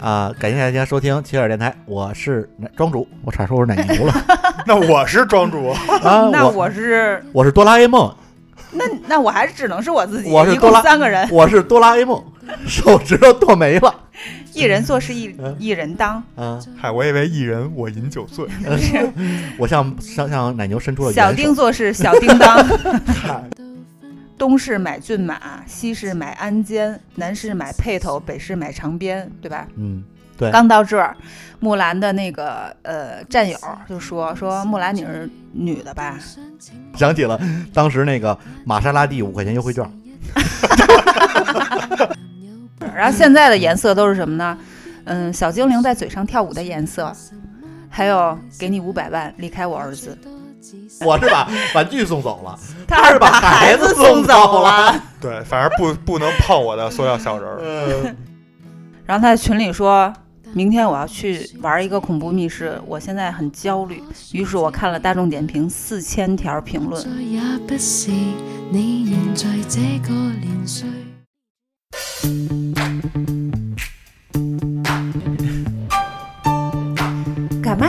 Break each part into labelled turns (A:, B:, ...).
A: 啊、感谢大家收听切尔电台，我是庄主，我差点说我是奶牛了
B: 那我是庄主，
A: 啊，
C: 那
A: 我
C: 我是
A: 我是哆啦 A 梦，
C: 那那我还是只能是我自己，
A: 我是
C: 一
A: 多
C: 共
A: 拉
C: 三 个人，
A: 我是哆啦 A 梦，手指头剁没 了，
C: 一人做事一
A: 嗯
C: 一人当，
A: 啊，
B: 嗨，我以为一人我饮酒醉，
C: 是
A: 我向向向奶牛伸出了
C: 小
A: 援
C: 丁
A: 手，
C: 做事小叮 当。
B: 嗨，
C: 东市买骏马，西市买鞍鞯，南市买辔头，北市买长鞭，对吧？
A: 嗯，对，
C: 刚到这儿，木兰的那个呃战友就说说木兰你是女的吧？
A: 想起了当时那个玛莎拉蒂五块钱优惠券，
C: 然后现在的颜色都是什么呢？嗯，小精灵在嘴上跳舞的颜色，还有给你五百万离开我儿子，
A: 我是把玩具送走 了，
C: 他
A: 是
C: 是
A: 把
C: 把
A: 孩
C: 孩
A: 子
C: 子
A: 送
C: 送
A: 走
C: 走
A: 了
C: 了。
B: 对，反正不不能碰我的塑料小人儿，
A: 嗯，
C: 然后他在群里说。明天我要去玩一个恐怖密室，我现在很焦虑。于是我看了大众点评四千条评论
D: 再，也不是你仍在这个年岁。
C: 干嘛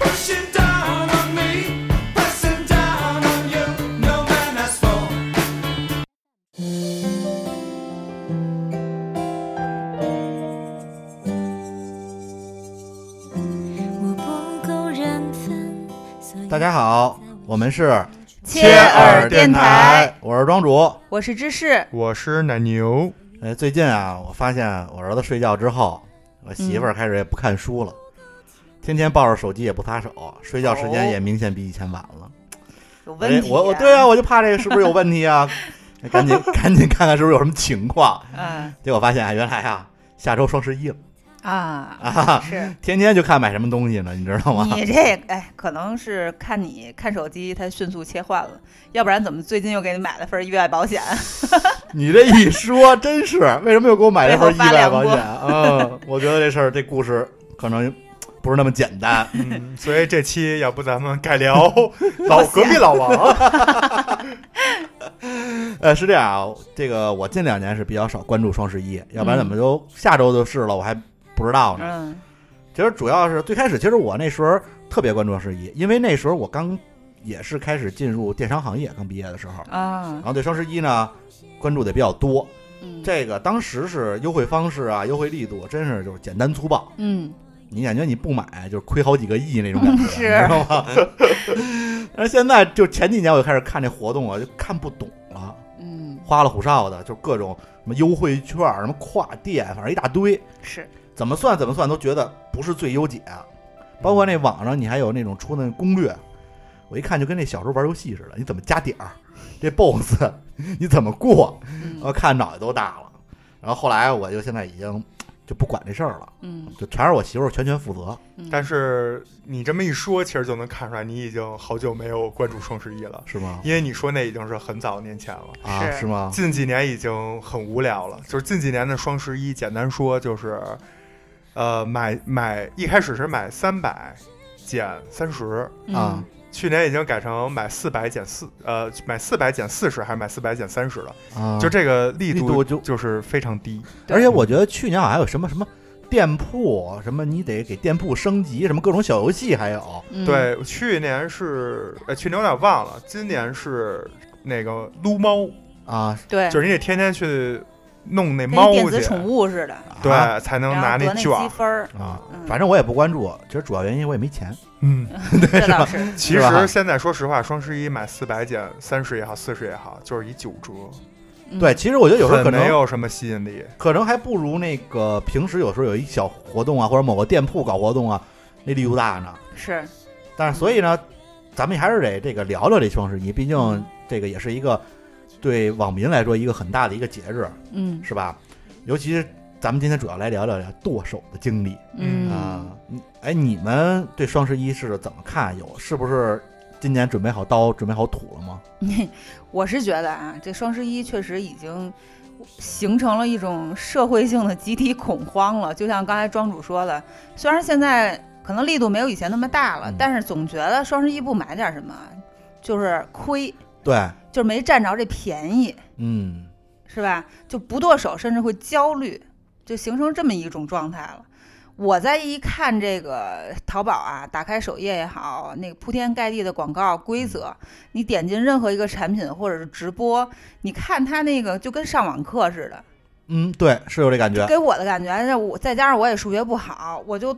E: Pushing down on me, pressing down on you, no man has fallen.
D: 我不够人分，所以
A: 大家好，我们是
C: 切尔电台，
A: 我是庄主。
C: 我是芝士，
B: 我是奶牛，
A: 呃，最近啊，我发现我儿子睡觉之后，我媳妇儿开始也不看书了，天天抱着手机也不撒手，睡觉时间也明显比以前晚了。
C: 有
A: 我
C: 哦问
A: 也
C: 题、
A: 我我对啊，，我就怕这个是不是有问题啊？ 赶紧赶紧看看是不是有什么情况。
C: 嗯
A: 结果发现啊，原来啊，下周双十一了
C: 啊，
A: 啊，
C: 是
A: 天天就看买什么东西呢，你知道吗？
C: 你这哎，可能是看你看手机，它迅速切换了，要不然怎么最近又给你买了份意外保险？
A: 你这一说，真是为什么又给我买了份意外保险
C: 背后
A: 啊？嗯我觉得这事儿这故事可能不是那么简 单。
B: 嗯，所以这期要不咱们改聊 老隔壁 老王，
A: 呃，是这样啊，这个我近两年是比较少关注双十一，要不然怎么就下周就是了，我还不知道呢。
C: 嗯
A: 其实主要是最开始，其实我那时候特别关注双十一，因为那时候我刚也是开始进入电商行业，刚毕业的时候，
C: 啊
A: 然，后对双十一呢关注的比较多。
C: 嗯
A: 这个当时是优惠方式啊，优惠力度真是就是简单粗暴，
C: 嗯
A: 你感觉你不买就是亏好几个亿那种感觉，
C: 是
A: 你知道吗？ 但是现在就前几年我就开始看这活动啊，就看不懂了。
C: 嗯
A: 花里胡哨的，就各种什么优惠券儿、什么跨店，反正一大堆，
C: 是，
A: 怎么算怎么算都觉得不是最优解。啊包括那网上你还有那种出那攻略，我一看就跟那小时候玩游戏似的，你怎么加点儿，这 BOSS 你怎么过，
C: 嗯
A: 我看脑袋都大了。然后后来我就现在已经就不管这事儿了，
C: 嗯
A: 就全是我媳妇儿全权负责。
C: 嗯，
B: 但是你这么一说，其实就能看出来你已经好久没有关注双十一了，
A: 是吗？
B: 因为你说那已经是很早年前了。
A: 啊，
C: 是
A: 是吗？
B: 近几年已经很无聊了，就是近几年的双十一，简单说就是，呃，买买一开始是买三百减三十，
C: 嗯
A: 啊
B: 去年已经改成买四百减四，呃，买四百减四十还是买四百减三十了，
A: 啊，
B: 就这个力
A: 力度
B: 度
A: 就
B: 就是非常低。
A: 而且我觉得去年好像有什么什么店铺，什么你得给店铺升级，什么各种小游戏，还有
C: 嗯，
B: 对，去年是，呃，去年有点忘了，今年是那个撸猫，
A: 啊，
C: 对，
B: 就是你得天天去弄那
C: 跟
B: 猫
C: 电子
B: 去，
C: 宠物似的，
A: 啊
B: 对，才能
C: 然
B: 拿
C: 后得
B: 券
C: 积
B: 儿。
C: 分儿，
A: 啊，
C: 嗯
A: 反正我也不关注。其实主要原因我也没钱，
B: 嗯，
C: 这倒是，
B: 其
A: 是吧
B: 实现在说实话，双十一买四百减三十也好，四十也好，就是以九折，
C: 嗯
A: 对，，其实我觉得有时候
B: 很
A: 可
B: 没
A: 能
B: 有什么吸引力。
A: 可能还不如那个平时有时候有一小活动啊，或者某个店铺搞活动啊，那力度大呢。
C: 是，
A: 但是所以呢，咱们还是得这个聊聊这双十一，毕
C: 嗯
A: 竟这个也是一个对网民来说一个很大的一个节日，
C: 嗯
A: 是吧？尤其是咱们今天主要来聊聊聊剁手的经历。
C: 嗯
A: 啊，你哎，你们对双十一是怎么看？有是不是今年准备好刀，准备好土了吗？
C: 我是觉得啊，这双十一确实已经形成了一种社会性的集体恐慌了。就像刚才庄主说的，虽然现在可能力度没有以前那么大了，
A: 嗯
C: 但是总觉得双十一不买点什么就是亏，
A: 对，
C: 就是没占着这便宜，
A: 嗯，
C: 是吧？就不剁手，甚至会焦虑，就形成这么一种状态了。我在一看这个淘宝啊，打开首页也好，那个铺天盖地的广告规则，你点进任何一个产品或者是直播，你看它那个就跟上网课似的，
A: 嗯，对，是有这感觉。
C: 给我的感觉，那我再加上我也数学不好，我就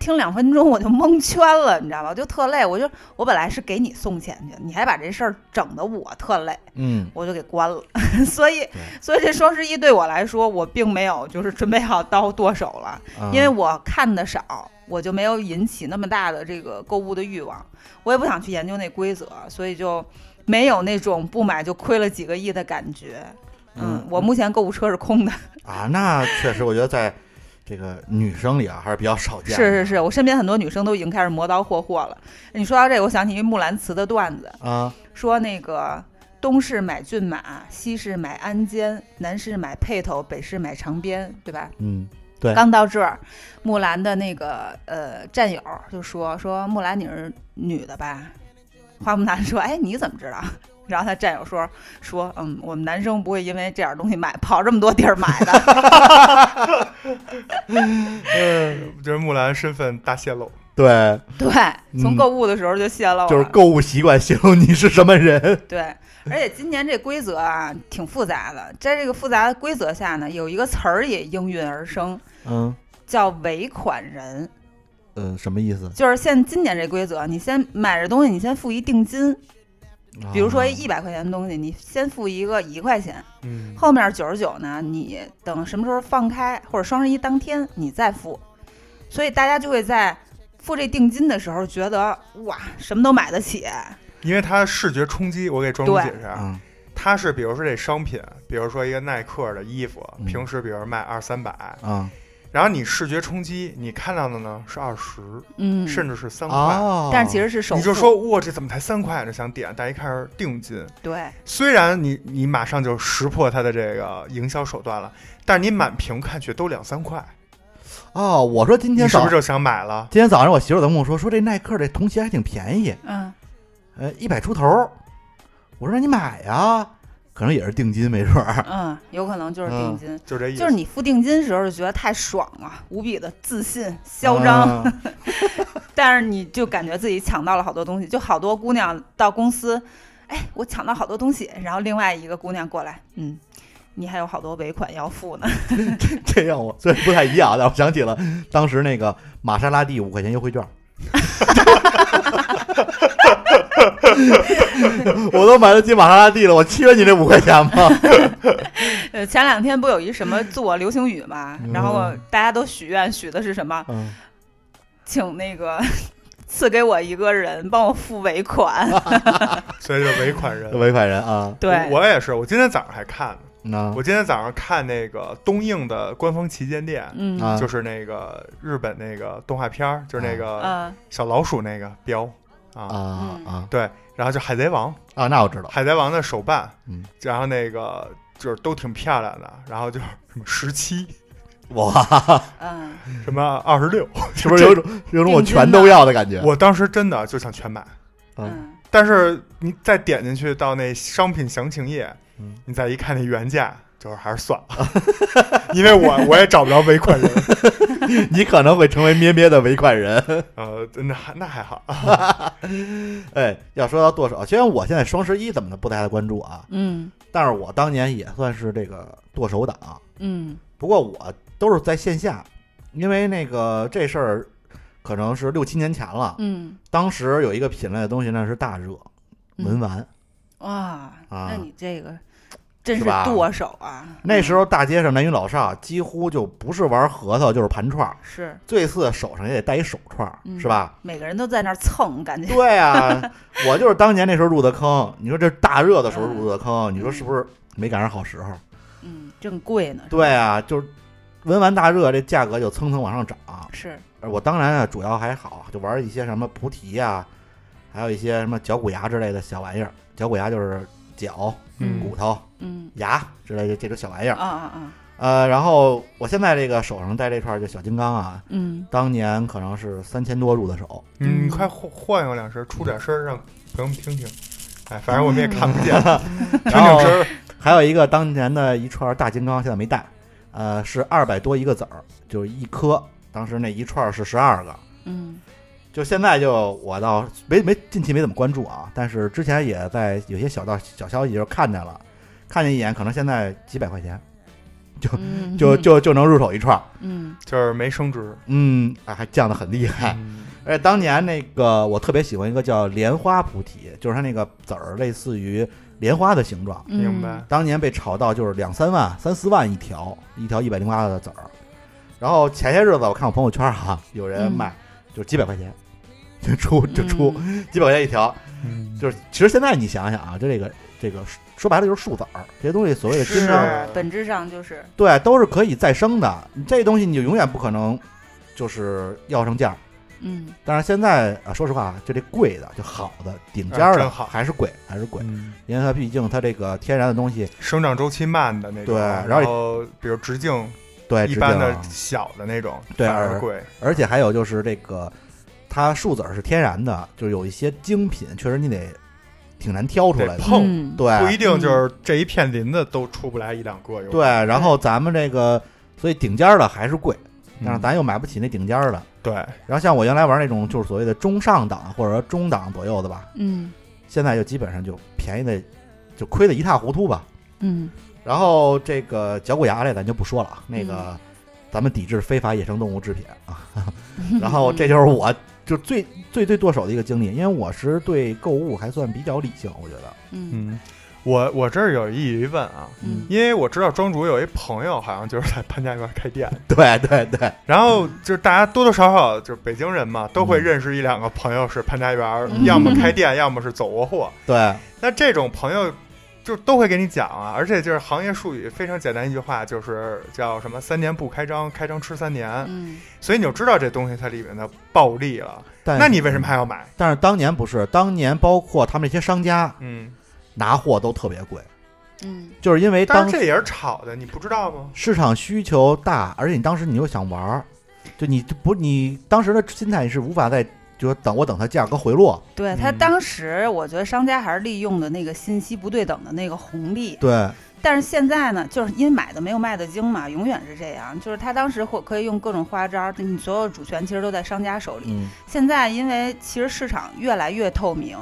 C: 听两分钟我就蒙圈了，你知道吧？我就特累，我就我本来是给你送钱去，你还把这事儿整得我特累，
A: 嗯，
C: 我就给关了。 所以，所以这双十一对我来说，我并没有就是 准备好刀剁手了，
A: 啊
C: 因为我看的少，我就没有引起那么大的这个购物的欲望，我也不想去研究那规则，所以就没有那种不买就亏了几个亿的感觉。嗯
A: 嗯，
C: 我目前购物车是空的，
A: 啊，那确实，我觉得在这个女生里啊，还是比较少见。
C: 是是是，我身边很多女生都已经开始磨刀霍霍了。哎你说到这个，我想起一木兰辞的段子，
A: 啊，
C: 说那个东市买骏马，西市买鞍鞯，南市买辔头，北市买长鞭，对吧？
A: 嗯，对
C: 刚到这儿，木兰的那个呃战友就说说木兰你是女的吧？花木兰说哎你怎么知道？ 然后他战友说说嗯我们男生不会因为这点东西买跑这么多地儿买 的，
B: 我觉得木兰身份大泄露，
A: 对，
C: 对，从购物的时候就泄露了，
A: 嗯就是购物习惯形容你是什么人。
C: 对，而且今年这规则啊挺复杂的，在这个复杂的规则下呢，有一个词儿也应运而生，
A: 嗯
C: 叫尾款人。
A: 嗯，什么意思？
C: 就是现今年这规则，你先买着东西，你先付一定金，比如
B: 哦
C: 说
A: 啊
C: 一百块钱的东西，你先付一个一块钱，
B: 嗯，
C: 后面九十九呢，你等什么时候放开或者双十一当天你再付，所以大家就会在付这定金的时候觉得哇什么都买得起，
B: 因为它视觉冲击，我给庄主
C: 对
B: 解释啊，
A: 嗯
B: 它是比如说这商品，比如说一个耐克的衣服，
A: 嗯
B: 平时比如卖二三百，
A: 啊
B: 然后你视觉冲击，你看到的呢是二十、
C: 嗯，
B: 甚至是三块，
A: 哦，
C: 但是其实是首付，
B: 你就说哇这怎么才三块呢？啊想点，但一看是定金，
C: 对
B: 虽然你你马上就识破它的这个营销手段了，但是你满屏看去都两三块，
A: 哦，我说今
B: 你
A: 天
B: 是
A: 早
B: 不是就想买了？
A: 今天早上我媳妇儿怎么跟我说，说这耐克这童鞋还挺便宜，
C: 嗯。
A: 呃，一百出头儿。我说你买呀，可能也是定金，没准儿。
C: 嗯，有可能就是定金，
B: 就这意思，
C: 就是你付定金时候就觉得太爽了，无比的自信、嚣
B: 啊
C: 张，
A: 嗯
C: 但是你就感觉自己抢到了好多东西，就好多姑娘到公司，哎，我抢到好多东西，然后另外一个姑娘过来，嗯。你还有好多尾款要付呢，
A: 这让我虽然不太一样，啊但我想起了当时那个玛莎拉蒂五块钱优惠券儿。 我都买得起玛莎拉蒂了，我缺你这五块钱吗？
C: 呃，前两天不有一什么自我流行语嘛，然后大家都许愿，许的是什么？
A: 嗯，
C: 请那个 赐给我一个人帮我付尾款。
A: 啊
B: 所以就是尾款人。
A: 尾款人啊，
C: 对，嗯
B: 我也是，我今天早上还看呢。
A: 那
B: 我今天早上看那个东映的官方旗舰店，
C: 嗯
A: 啊
B: 就是那个日本那个动画片儿，就是那个
C: 嗯
B: 小老鼠那个标啊，
A: 啊啊
B: 对，然后就海贼王，
C: 嗯
A: 啊，那我知道，
B: 海贼王的手办
A: 嗯，
B: 然后那个就是都挺漂亮的，然后就是什么十七，
A: 哇，
C: 嗯，
B: 什么二十 六，
A: 是不是有一种有一种我全都要的感觉？
B: 我当时真的就想全买，
A: 嗯
C: 嗯
B: 但是你再点进去到那商品详情页
A: 嗯，
B: 你再一看那原价，就是还是算了， 因为我我也找不着尾款人，
A: 你可能会成为咩咩的尾款人。
B: 呃，那还那还好，啊
A: 哎，要说到剁手，虽然我现在双十一怎么的不太关注啊，
C: 嗯
A: 但是我当年也算是这个剁手党，
C: 嗯
A: 不过我都是在线下，因为那个这事儿可能是六七年前了，
C: 嗯，
A: 当时有一个品类的东西那是大热，
C: 嗯
A: 文玩。
C: 哇，
A: 啊
C: 那你这个真
A: 是
C: 是
A: 吧
C: 剁手啊！
A: 那时
C: 候
A: 候大街上男女老少几乎就不是玩核桃就是盘串儿，
C: 是
A: 最次手上也得戴一手串儿，
C: 嗯
A: 是吧？
C: 每个人都在那儿蹭，感觉
A: 对啊， 我就是当年那时候入的坑。你说这大热的时候入的坑，你说是不是没赶上好时候？
C: 嗯正贵呢。
A: 对啊，就是文玩大热，这价格就蹭蹭往上涨。
C: 是吧，
A: 呃而我当然啊，主要还好，就玩一些什么菩提呀、还有一些什么脚骨牙之类的小玩意儿。脚骨牙就是脚、
B: 嗯
A: 骨头、
C: 嗯
A: 牙之类的这种小玩意
C: 啊
A: 儿。
C: 啊啊，
A: 呃，然后我现在这个手上戴这串儿就小金刚啊，
C: 嗯，
A: 当年可能是三千多入的手，
B: 嗯你快晃晃悠两声，出点声儿让朋友们听听。哎，反正我们也看不见， 听
A: 然
B: 听
A: 后
B: 声儿。
A: 还有一个当年的一串大金刚，现在没带，呃，是二百多一个子儿，就是一颗。当时那一串是十二个，
C: 嗯
A: 就现在就我倒没没近期没怎么关注啊，但是之前也在有些小道小消息就看见了，看见一眼，可能现在几百块钱
C: 嗯，
A: 就就就能入手一串儿，
C: 嗯
B: 就是没升值。
A: 嗯，哎，还降得很厉害。
B: 嗯
A: 而且当年那个我特别喜欢一个叫莲花菩提，就是它那个籽儿类似于莲花的形状，
C: 嗯
B: 明白，
A: 当年被炒到就是两三万、三四万一条，一条一百零八的籽儿。然后前些日子我看我朋友圈哈、有人卖，就是几百块钱，就出就出、几百块钱一条。
B: 嗯
A: 就是其实现在你想想啊，就这个这个说白了就是树籽儿，这些东西所谓的金
C: 是
A: 刚，
B: 啊
C: 本质上就是
A: 对，都是可以再生的。你这东西你就永远不可能就是要上价儿。
C: 嗯
A: 但是现在啊，说实话，就这贵的、就好的、顶尖儿
B: 啊
A: 的，
B: 真好
A: 还是贵，还是贵，
B: 嗯
A: 因为它毕竟它这个天然的东西，
B: 生长周期慢的那种，
A: 对然后
B: 然后比如直径
A: 对，
B: 一
A: 直
B: 般
A: 径
B: 的
A: 啊
B: 小的那种，
A: 对
B: 反而
A: 而
B: 贵。
A: 而且还有就是这个，它树籽儿是天然的，就是有一些精品，确实你得挺难挑出来
B: 得
A: 的。
B: 碰不
C: 嗯
A: 对
B: 一定就是这一片林子都出不来一两个，有
A: 哎对，然后咱们这个，所以顶尖儿的还是贵，但是
B: 嗯
A: 咱又买不起那顶尖儿的。
B: 对，
A: 然后像我原来玩那种就是所谓的中上档或者说中档左右的吧，
C: 嗯
A: 现在就基本上就便宜的就亏得一塌糊涂吧。
C: 嗯
A: 然后这个脚骨牙类咱就不说了，啊，那个咱们抵制非法野生动物制品啊。 然后这就是我就最最最剁手的一个经历，因为我是对购物还算比较理性，我觉得。
C: 嗯
B: 嗯，我我这儿有一疑问啊，
C: 嗯
B: 因为我知道庄主有一朋友好像就是在潘家园开店，
A: 对对对，
B: 然后就是大家多多少少就是北京人嘛，
A: 嗯
B: 都会认识一两个朋友是潘家园，
C: 嗯
B: 要么开店，要么是走过货。
A: 对，
B: 那这种朋友就都会给你讲啊，而且就是行业术语非常简单一句话，就是叫什么“三年不开张，开张吃三年”，
C: 嗯
B: 所以你就知道这东西它里面的暴利了。
A: 但
B: 那你为什么还要买？
A: 但是当年不是，当年包括他们那些商家
B: 嗯，
A: 拿货都特别贵，
C: 嗯
A: 就是因为
B: 当然
A: 当
B: 这也是炒的，你不知道吗？
A: 市场需求大，而且你当时你又想玩儿，就你就不你当时的心态是无法在就是等我等它价格回落，
C: 对他
B: 嗯
C: 当时，我觉得商家还是利用的那个信息不对等的那个红利，
A: 对
C: 但是现在呢，就是因为买的没有卖的精嘛，永远是这样。就是他当时会可以用各种花招，你所有主权其实都在商家手里。
A: 嗯
C: 现在因为其实市场越来越透明，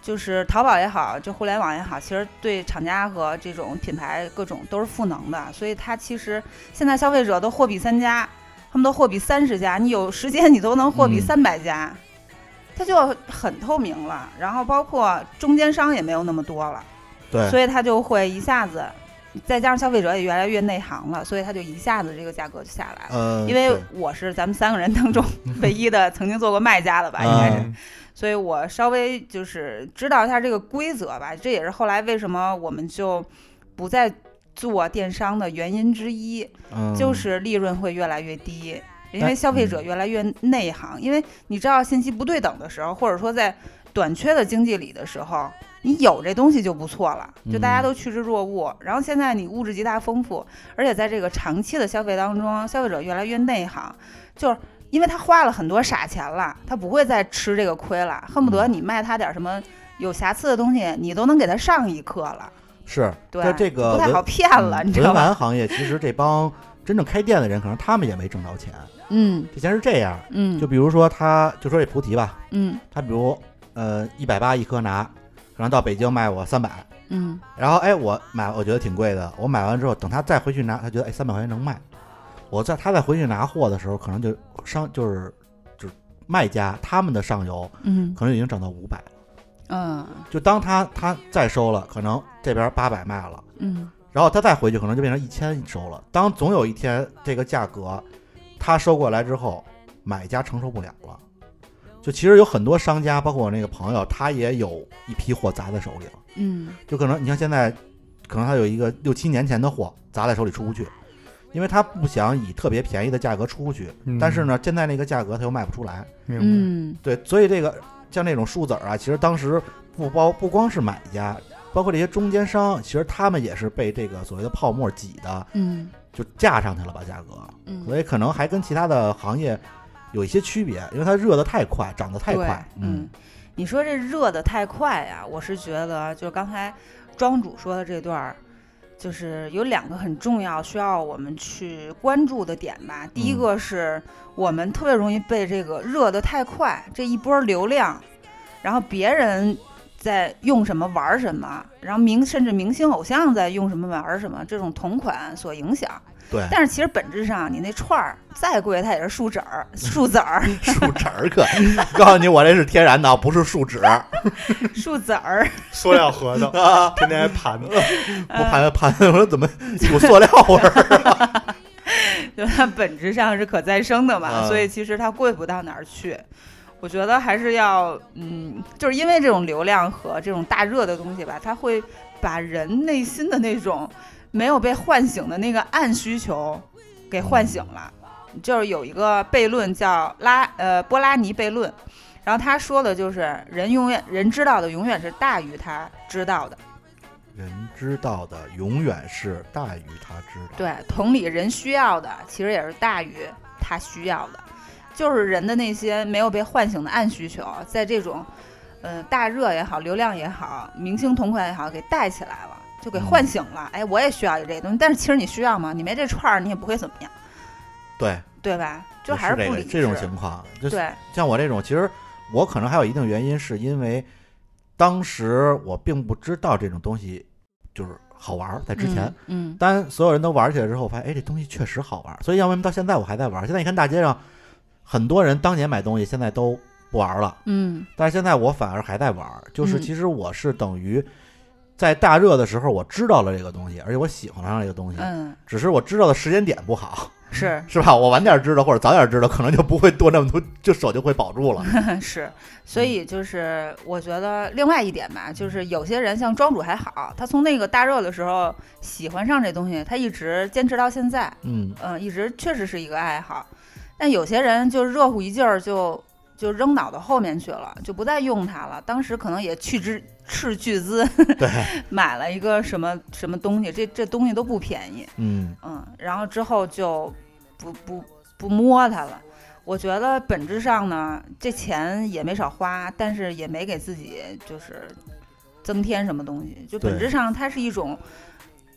C: 就是淘宝也好，就互联网也好，其实对厂家和这种品牌各种都是赋能的，所以它其实现在消费者都货比三家，他们都货比三十家，你有时间你都能货比
A: 嗯
C: 三百家，它就很透明了。然后包括中间商也没有那么多了。
A: 对，
C: 所以它就会一下子，再加上消费者也越来越内行了，所以它就一下子这个价格就下来了。
A: 呃，
C: 因为
A: 对嗯
C: 我是咱们三个人当中唯一的曾经做过卖家的吧，应
A: 啊
C: 该是，
B: 嗯
C: 所以我稍微就是知道一下这个规则吧。这也是后来为什么我们就不再做电商的原因之一，
A: 嗯哎
C: 就是利润会越来越低。因为
A: 但
C: 消费者越来越内行，因为你知道信息不对等的时候，或者说在短缺的经济里的时候，你有这东西就不错了，就大家
A: 嗯
C: 都趋之若鹜。然后现在你物质极大丰富，而且在这个长期的消费当中，消费者越来越内行，就是因为他花了很多傻钱了，他不会再吃这个亏了，恨
A: 嗯
C: 不得你卖他点什么有瑕疵的东西，你都能给他上一课了。
A: 是
C: 对，
A: 在这个
C: 不太
A: 文
C: 好骗了，
A: 嗯
C: 你知道
A: 文
C: 吧？
A: 玩行业其实这帮真正开店的人，可能他们也没挣着钱。
C: 嗯
A: 这钱是这样，
C: 嗯
A: 就比如说他，就说这菩提吧，
C: 嗯
A: 他比如呃一百八一颗拿，然后到北京卖我三百，
C: 嗯
A: 然后哎我买我觉得挺贵的，我买完之后等他再回去拿，他觉得哎三百块钱能卖，我在他再回去拿货的时候，可能就商就是就是卖家他们的上游
C: 嗯
A: 可能已经涨到五百了，
C: 嗯
A: 就当他他再收了，可能这边八百卖了。
C: 嗯
A: 然后他再回去可能就变成一千收了。当总有一天这个价格他收过来之后，买家承受不了了。就其实有很多商家，包括我那个朋友，他也有一批货砸在手里了。
C: 嗯
A: 就可能你像现在，可能他有一个六七年前的货砸在手里出不去，因为他不想以特别
B: 嗯
A: 便宜的价格出去。但是，呢，现在那个价格他又卖不出来。
B: 明白
C: 嗯
A: 对，所以这个像这种树籽儿啊，其实当时不包不光是买家，包括这些中间商，其实他们也是被这个所谓的泡沫挤的，
F: 嗯
A: 就架上去了吧价格，
F: 嗯
A: 所以可能还跟其他的行业有一些区别，因为它热得太快，涨得太
C: 对
A: 快，
C: 嗯，你说这热的太快呀、我是觉得就是刚才庄主说的这段儿，就是有两个很重要需要我们去关注的点吧。第一
A: 嗯
C: 个是我们特别容易被这个热的太快这一波流量，然后别人。在用什么玩儿什么，然后明甚至明星偶像在用什么玩儿什么，这种同款所影响。
A: 对，
C: 但是其实本质上，你那串儿再贵，它也是树籽儿、树籽儿、
A: 树脂儿可告诉你，我这是天然的，不是树脂啊，，
C: 树籽儿。
B: 塑料盒 子
A: 我
B: 天天还盘子，
A: 盘盘，我说怎么 有塑料味儿？
C: 就嗯它本质上是可再生的嘛，
A: 嗯
C: 所以其实它贵不到哪儿去。我觉得还是要，嗯，就是因为这种流量和这种大热的东西吧，它会把人内心的那种没有被唤醒的那个暗需求给唤醒了。就是有一个悖论叫拉呃波拉尼悖论，然后他说的就是人永远人知道的永远是大于他知道的。
A: 人知道的永远是大于他知道。
C: 对，同理，人需要的其实也是大于他需要的，就是人的那些没有被唤醒的暗需求，在这种，呃，大热也好，流量也好，明星同款也好，给带起来了，就给
A: 嗯
C: 唤醒了。哎，我也需要这东西，但是其实你需要吗？你没这串儿，你也不会怎么样，
A: 对，
C: 对吧？就
A: 也
C: 还
A: 是
C: 不
A: 这
C: 理
A: 个
C: 智。
A: 这种情况，就
C: 对，
A: 像我这种，其实我可能还有一定原因，是因为当时我并不知道这种东西就是好玩儿，在之前。
F: 嗯
A: 当所有人都玩起来之后，我发现哎，这东西确实好玩儿，所以要为什么到现在我还在玩儿？现在你看大街上，很多人当年买东西，现在都不玩儿了，
F: 嗯
A: 但是现在我反而还在玩儿。就是
F: 嗯
A: 其实我是等于在大热的时候，我知道了这个东西，而且我喜欢上了这个东西，
C: 嗯，
A: 只是我知道的时间点不好，
C: 是。
A: 是吧？我晚点知道或者早点知道，可能就不会多那么多，就手就会保住了。
C: 是，所以就是我觉得另外一点吧，就是有些人像庄主还好，他从那个大热的时候喜欢上这东西，他一直坚持到现在，
A: 嗯，
C: 嗯、一直确实是一个爱好。但有些人就热乎一劲儿就就扔脑袋后面去了，就不再用它了。当时可能也去之斥巨资
A: 嗯对，
C: 买了一个什么什么东西，这这东西都不便宜，
A: 嗯，
C: 嗯，然后之后就不不不摸它了。我觉得本质上呢，这钱也没少花，但是也没给自己就是增添什么东西。就本
A: 对
C: 质上，它是一种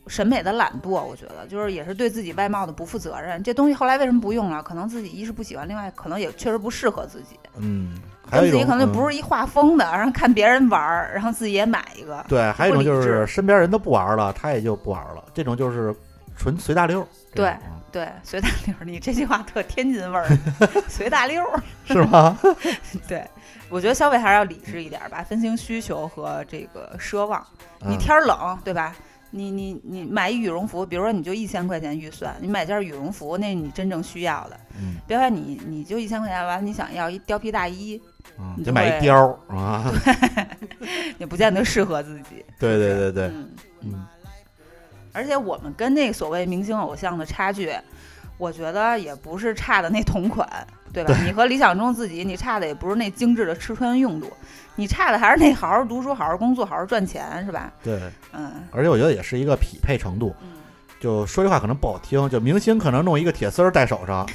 C: 审美的懒惰。我觉得就是也是对自己外貌的不负责任。这东西后来为什么不用了？可能自己一是不喜欢，另外可能也确实不适合自己，
A: 嗯，还
C: 跟
A: 有一
C: 自己
A: 种
C: 可能就
A: 嗯
C: 不是一画风的。然后看别人玩儿，然后自己也买一个。
A: 对，还有一种就
C: 不理
A: 是身边人都不玩了，他也就不玩了。这种就是纯随大溜儿，这
C: 对
A: 种嗯
C: 对，随大溜儿，你这句话特天津味儿，随大溜儿。
A: 是 吗？
C: 对，我觉得消费还是要理智一点儿吧，分清需求和这个奢望。你
A: 嗯
C: 天儿冷，对吧？你你你买一羽绒服，比如说你就一千块钱预算，你买件羽绒服，那是你真正需要的。
A: 嗯
C: 别看你你就一千块钱，完了你想要一貂皮大衣，
A: 嗯，
C: 你
A: 就
C: 就
A: 买
C: 会
A: 一貂儿啊，
C: 也不见得适合自己。
A: 对对对对，
C: 嗯，
A: 嗯
C: 而且我们跟那所谓明星偶像的差距，我觉得也不是差的那同款，对吧？你和理想中自己，你差的也不是那精致的吃穿用度，你差的还是那好好读书、好好工作、好好赚钱，是吧？
A: 对，
C: 嗯
A: 而且我觉得也是一个匹配程度。
C: 嗯，
A: 就说这话可能不好听，就明星可能弄一个铁丝儿戴手 上，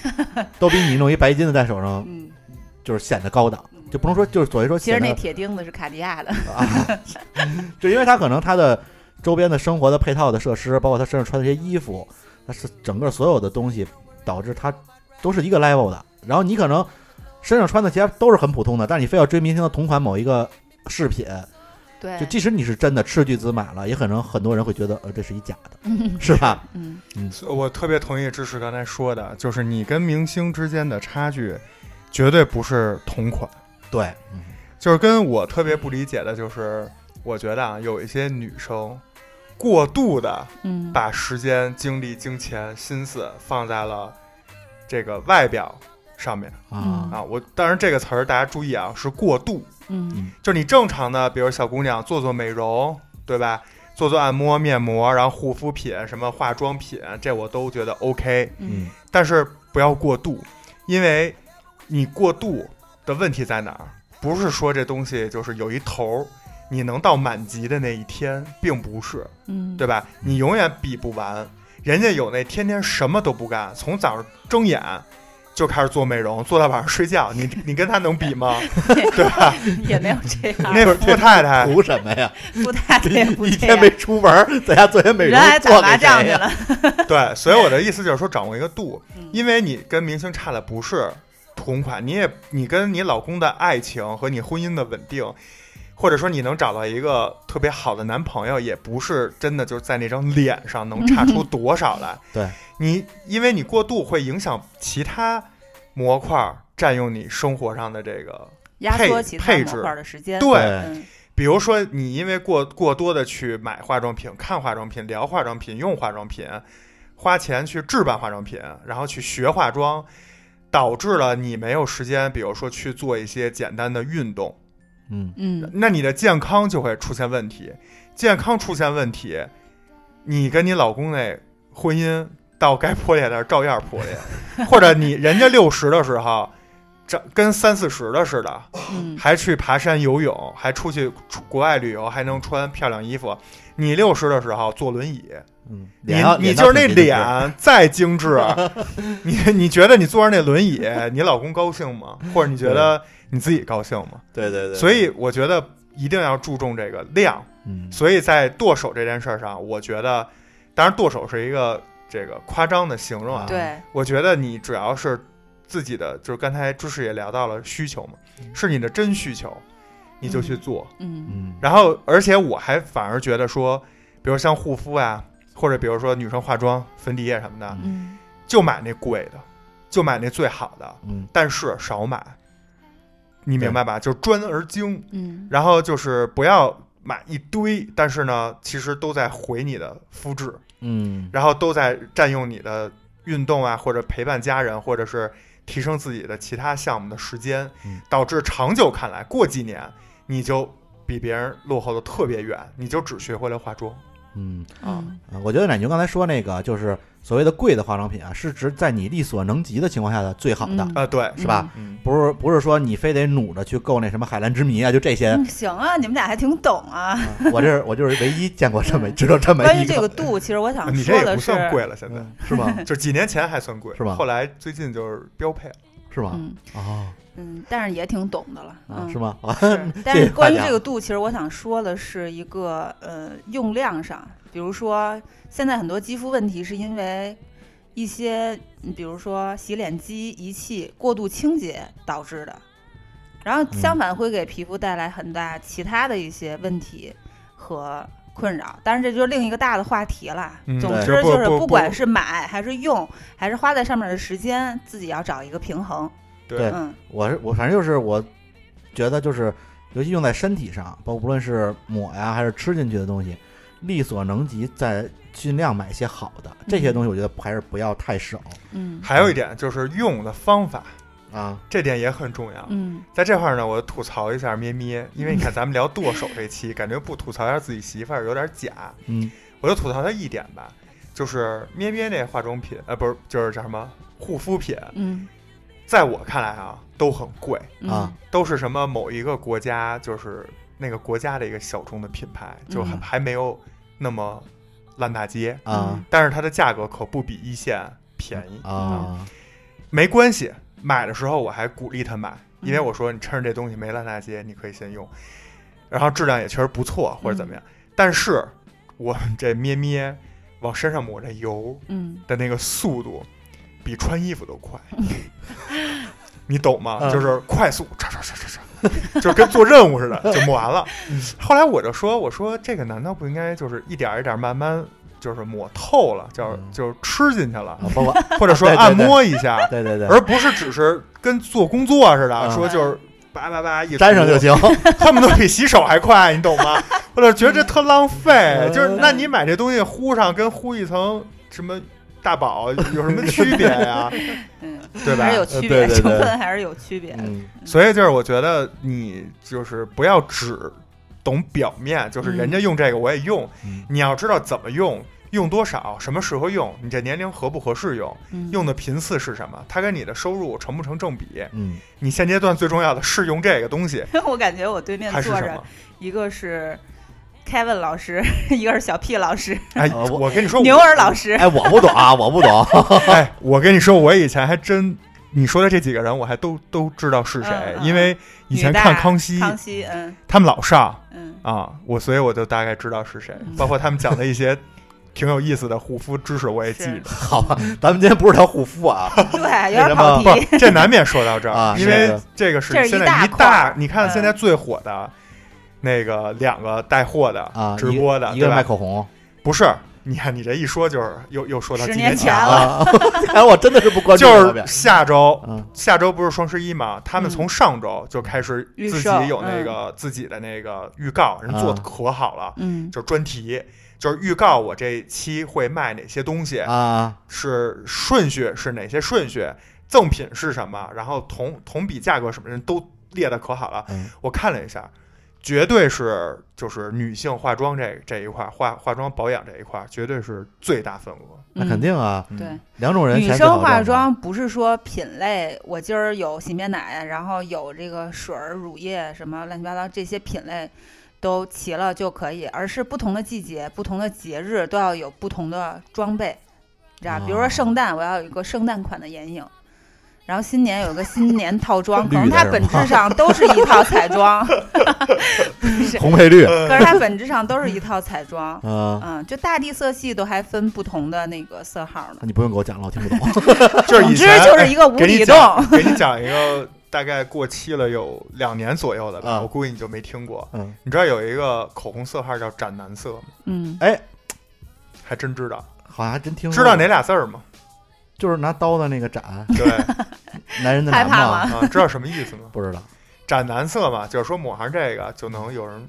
A: 都比你弄一白金的戴手上
C: 嗯，
A: 就是显得高档，就不能啊说就是所谓说
C: 其实
A: 显
C: 那
A: 得
C: 铁钉子是卡地亚的，
A: 啊， 就因为他可能他的周边的生活的配套的设施，包括他身上穿的这些衣服，他是整个所有的东西，导致他都是一个 level 的。然后你可能身上穿的其他都是很普通的，但是你非要追明星的同款某一个饰品，
C: 对
A: 就即使你是真的斥巨资买了，也可能很多人会觉得呃这是一假 的，是吧？
C: 嗯，
B: 我特别同意支持刚才说的，就是你跟明星之间的差距，绝对不是同款。
A: 对，嗯
B: 就是跟我特别不理解的，就是我觉得啊，有一些女生过度的
C: 嗯，
B: 把时间、精力、金钱、心思放在了这个外表上面
A: 啊，
B: 啊。我当然这个词儿大家注意啊，是过度。
F: 嗯
B: 就是你正常的，比如小姑娘做做美容，对吧？做做按摩、面膜，然后护肤品、什么化妆品，这我都觉得 OK。
A: 嗯
B: 但是不要过度，因为你过度的问题在哪儿？不是说这东西就是有一头儿，你能到满级的那一天，并不是，
C: 嗯，
B: 对吧？你永远比不完。人家有那天天什么都不干，从早上睁眼就开始做美容，做到晚上睡觉，你你跟他能比吗？对吧？
C: 也没有这样，
B: 那富太太
A: 图什么呀？
C: 不太也哎 不
A: 一
C: 这
A: 天
C: 样
A: 没。出门儿，在家做些美
C: 人
A: 容
C: 还，打
A: 做
C: 麻
A: 给
C: 将
A: 谁
C: 去
A: 呀？
C: 了，
B: 对，所以我的意思就是说，掌握一个度
C: 嗯，
B: 因为你跟明星差的不是同款，你也你跟你老公的爱情和你婚姻的稳定，或者说你能找到一个特别好的男朋友，也不是真的就是在那张脸上能差出多少来。
A: 对
B: 你，因为你过度会影响其他模块儿占用你生活上的这个，
C: 压
B: 配
C: 缩其他
B: 配
C: 模
B: 置
C: 块的时间。
B: 对
C: 嗯，
B: 比如说，你因为过过多的去买化妆品、看化妆品、聊化妆品、用化妆品，花钱去置办化妆品，然后去学化妆，导致了你没有时间，比如说去做一些简单的运动，
A: 嗯，
C: 嗯，
B: 那你的健康就会出现问题。健康出现问题，你跟你老公那婚姻到该破裂的时候照样破裂，或者你人家六十的时候，这跟三四十的似的，
C: 嗯，
B: 还去爬山、游泳，还出去出国外旅游，还能穿漂亮衣服。你六十的时候坐轮椅，
A: 嗯，
B: 你
A: 脸要
B: 你
A: 脸
B: 就是
A: 到
B: 那
A: 底就是
B: 脸再精致，你你觉得你坐上那轮椅，你老公高兴吗？或者你觉得你自己高兴吗？
A: 对对对，
B: 所以我觉得一定要注重这个量。
A: 嗯，
B: 所以在剁手这件事儿上，我觉得，当然剁手是一个这个夸张的形容啊。
C: 对，
B: 我觉得你只要是自己的，就是刚才知识也聊到了需求嘛，是你的真需求，你就去做。
C: 嗯
A: 嗯，
B: 然后，而且我还反而觉得说，比如像护肤啊，或者比如说女生化妆、粉底液什么的，
C: 嗯，
B: 就买那贵的，就买那最好的，
A: 嗯
B: 但是少买，你明白吧？就是专而精，
C: 嗯，
B: 然后就是不要买一堆，但是呢，其实都在毁你的肤质。
A: 嗯，
B: 然后都在占用你的运动啊，或者陪伴家人，或者是提升自己的其他项目的时间
A: 嗯，
B: 导致长久看来，过几年你就比别人落后的特别远，你就只学会了化妆。
A: 嗯，
B: 啊
C: 嗯
A: 啊我觉得奶牛刚才说那个就是所谓的贵的化妆品啊，是指在你力所能及的情况下的最好的，
C: 嗯
B: 啊，对，
A: 是吧？
B: 嗯，
A: 不是不是说你非得努着去购那什么海蓝之谜啊，就这些。
C: 嗯，行啊，你们俩还挺懂啊。
A: 我这是我就是唯一见过这么
C: 嗯
A: 知道这么
C: 关于
A: 一啊
C: 这个度，其实我想
B: 啊你这
C: 说
B: 也
C: 的
B: 不
C: 是，
B: 算贵了，现在
A: 嗯是吗？
B: 就几年前还算贵，
A: 是吧
B: 后来最近就是标配了。
A: 是吗？
C: 嗯
A: 哦，
C: 嗯，但是也挺懂的了，
A: 啊
C: 嗯，
A: 是吗？啊，
C: 但是关于
A: 谢谢大家
C: 这个度，其实我想说的是一个呃用量上，比如说现在很多肌肤问题是因为一些，嗯比如说洗脸机仪器过度清洁导致的，然后相反会给皮肤带来很大其他的一些问题和困扰。当然，这就是另一个大的话题了。
B: 嗯
C: 总
A: 对
C: 之
B: 不
C: 就是，
B: 不不
C: 管是买还是用，还是花在上面的时间，自己要找一个平衡。
A: 对
C: 嗯
A: 我是我，反正就是我觉得就是，尤其用在身体上，包括无论是抹呀还是吃进去的东西，力所能及在尽量买一些好的。这些东西我觉得还是不要太少
C: 嗯
B: 还有一点就是用的方法，
A: 啊。
B: 这点也很重要。
C: 嗯
B: 在这块儿呢，我吐槽一下咩咩，因为你看咱们聊剁手这期，感觉不吐槽一下自己媳妇儿有点假。
A: 嗯
B: 我就吐槽他一点吧，就是咩咩那化妆品，呃，不是，就是叫什么护肤品，
C: 嗯
B: 在我看来啊，都很贵，
C: 嗯
A: 啊
B: 都是什么某一个国家，就是那个国家的一个小众的品牌，就还
A: 嗯
B: 还没有那么烂大街，
C: 嗯
A: 啊
B: 但是它的价格可不比一线便宜。
A: 啊
B: 没关系，买的时候我还鼓励他买，
C: 嗯
B: 因为我说你趁着这东西没烂大街，你可以先用，然后质量也确实不错或者怎么样。但是我们这咩咩往身上抹这油
C: 嗯。
B: 的那个速度，比穿衣服都快， 你懂吗？
A: 嗯
B: 就是快速，唰唰唰唰唰，就跟做任务似的，就抹完了。
A: 嗯
B: 后来我就说，我说这个难道不应该就是一点儿一点儿慢慢就是抹透了，叫
A: 嗯
B: 就是吃进去了，
A: 啊，包括
B: 或者说
A: 对对对。
B: 按摩一下
A: 对对对，
B: 而不是只是跟做工作似的，
A: 嗯
B: 说就是叭叭叭一
A: 粘上就
B: 涂，
A: 行。
B: 恨不得比洗手还快，你懂 吗？我就觉得这特浪费，
A: 嗯
B: 就是那你买这东西糊上跟糊一层什么大宝有什么区别呀、
C: 嗯，
B: 对吧
C: 还是？有
A: 对
C: 区
A: 对
C: 别，
A: 对
C: 成分还是有区别 的。
A: 嗯，
B: 所以就是我觉得你就是不要只懂表面，就是人家用这个我也用，
A: 嗯
B: 你要知道怎么用。用多少，什么时候用，你这年龄合不合适用，
C: 嗯
B: 用的频次是什么，它跟你的收入成不成正比。
A: 嗯
B: 你现阶段最重要的是用这个东西
C: 我感觉我对面
B: 还是
C: 坐
B: 什
C: 着
B: 么？
C: 一个是 Kevin 老师， 一个是小 P 老师，
B: 哎，
A: 呃我
B: 我跟你说，
C: 牛
B: 我
C: 儿老师。
A: 哎，我不懂啊，我不懂。
B: 哎，我跟你说，我以前还真，你说的这几个人，我还都都知道是谁
C: 嗯，嗯
B: 因为以前
C: 女大
B: 看康熙，
C: 康熙，嗯
B: 他们老上
C: 嗯，
B: 啊，我所以我就大概知道是谁，包括他们讲的一些 挺有意思的护肤知识，我也记
C: 是
B: 着。
A: 好吧，咱们今天不是聊护肤啊，
C: 对， 有点
A: 什
C: 跑
A: 么
C: 题。
B: 不，这难免说到 这儿，
A: 啊
B: 因
A: 是
B: 为
A: 的
B: 这个是
C: 嗯这是一
B: 现在
C: 大
B: 一
C: 块
B: 大
C: 儿，
B: 你看
C: 嗯
B: 现在最火的那个两个带货的
A: 啊，
B: 直播的，
A: 一个是
B: 对
A: 卖
B: 吧？
A: 口 红
B: 不是，你看你这一说就是又又说到
C: 十
B: 几
C: 年
B: 前
C: 前
B: 了，
A: 啊， 哎，我真的是不关注这
B: 就
A: 方
B: 是
A: 面
B: 下周
A: 嗯
B: 下周不是双十一嘛？他们从上周就开始
C: 嗯预
B: 自己
C: 售
B: 有那个自己的那个预告，人做的可好了，
C: 嗯，
B: 就是专题，就是预告我这期会卖哪些东西，
A: 啊，
B: 是顺序是哪些顺序，赠品是什么，然后同同比价格什么，人都列的可好了。
A: 嗯
B: 我看了一下，绝对是就是女性化妆这这一块儿，化化妆保养这一块儿，绝对是最大份额。
A: 那肯定啊，
C: 嗯。对，
A: 两种人
C: 女
A: 钱最好
C: 生
A: 挣
C: 化
A: 嘛
C: 妆不是说品类，我今儿有洗面奶，然后有这个水儿、乳液什么乱七八糟这些品类都齐了就可以，而是不同的季节、不同的节日都要有不同的装备，你知道吧？比如
A: 哦
C: 说圣诞，我要有一个圣诞款的眼影。然后新年有一个新年套装，可
A: 绿
C: 能
A: 的
C: 它
A: 是
C: 本
A: 吗
C: 质上都是一套彩妆，
A: 红配绿，
B: 嗯
C: 可是它本质上都是一套彩妆。
A: 嗯，
C: 嗯，就大地色系都还分不同的那个色号呢
A: 啊那。你不用给我讲了，我听不懂。
B: 就是
C: 总
B: 以
C: 之
B: 前
A: 哎
C: 就是一个无
B: 给
C: 底
B: 你
C: 洞。
B: 讲，给你讲一个大概过期了有两年左右的吧，
A: 啊
B: 我估计你就没听过。
A: 嗯，
B: 你知道有一个口红色号叫斩男色吗？
C: 嗯，
A: 哎，
B: 还真知道，
A: 好像还真听说
B: 知道
A: 过
B: 哪俩字儿吗？
A: 就是拿刀的那个斩，
B: 对
A: 男人的
C: 害
A: 男
C: 怕
A: 嘛，
C: 吗
B: 啊，知道什么意思吗？
A: 不知道
B: 斩男色嘛，就是说抹上这个就能有人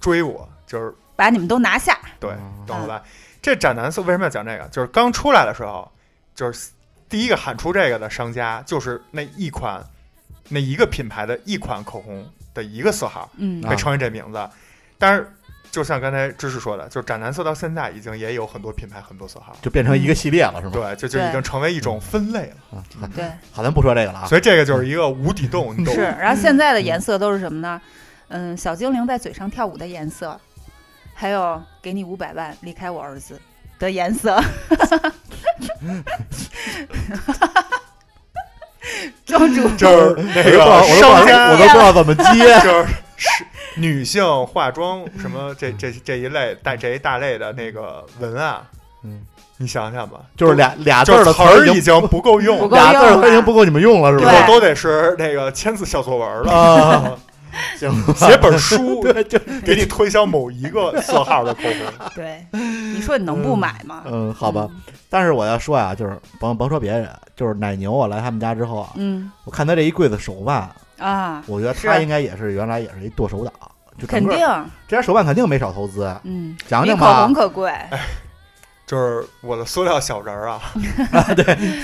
B: 追我，就是
C: 把你们都拿下。
B: 对
A: 嗯，
B: 懂了吧？这斩男色为什么要讲这个？就是刚出来的时候，就是第一个喊出这个的商家就是那一款，那一个品牌的一款口红的一个色号。
C: 嗯
A: 啊
B: 被称为这名字。但是就像刚才知识说的，就斩男色到现在已经也有很多品牌、很多色号，
A: 就变成一个系列了，是吗？
B: 对，就就已
C: 对
B: 经成为一种分类了。
A: 啊，好
C: 对，
A: 好，咱不说这个了啊。
B: 所以这个就是一个无底洞， 你懂
C: 是。
B: 吗？
C: 然
A: 嗯
C: 后现在的颜色都是什么呢？嗯，小精灵在嘴上跳舞的颜色，还有给你五百万离开我儿子的颜色。庄主，
B: 就是那
A: 我都不知道
B: 个
A: 我都不
B: 商
A: 知道，我都
B: 家，
A: 不知道怎么接。
B: 就是是女性化妆什么这这这一类大这一大类的那个文案，
A: 嗯，
B: 你想想吧，
A: 就是俩俩字
B: 就
A: 儿
B: 是
A: 的
B: 词
A: 儿
B: 儿
A: 已
B: 已
A: 经
B: 经不 够用
C: 不
B: 了，
C: 够
A: 俩字儿
C: 用
A: 都已经
C: 了
A: 不够你们用了，是
B: 以
A: 吧
B: 后
C: 对？
B: 都得是那个千字小作文了，
A: 啊， 行，
B: 写 本 书
A: 对，就
B: 给你推销某一个色号的口红。
C: 对，你说你能不买吗？
A: 嗯，好吧。但是我要说啊，就是甭甭说别人，就是奶牛啊，来他们家之后啊，
C: 嗯
A: 我看他这一柜子手办，
C: 啊，
A: 我觉得他
C: 是
A: 应该也是原来也是一剁手党，就整
C: 肯
A: 个
C: 定，
A: 这家手办肯定没少投资。
C: 嗯，
A: 讲
C: 比
A: 讲
C: 口
A: 吧
C: 红，可贵，
B: 就是我的塑料小人儿啊，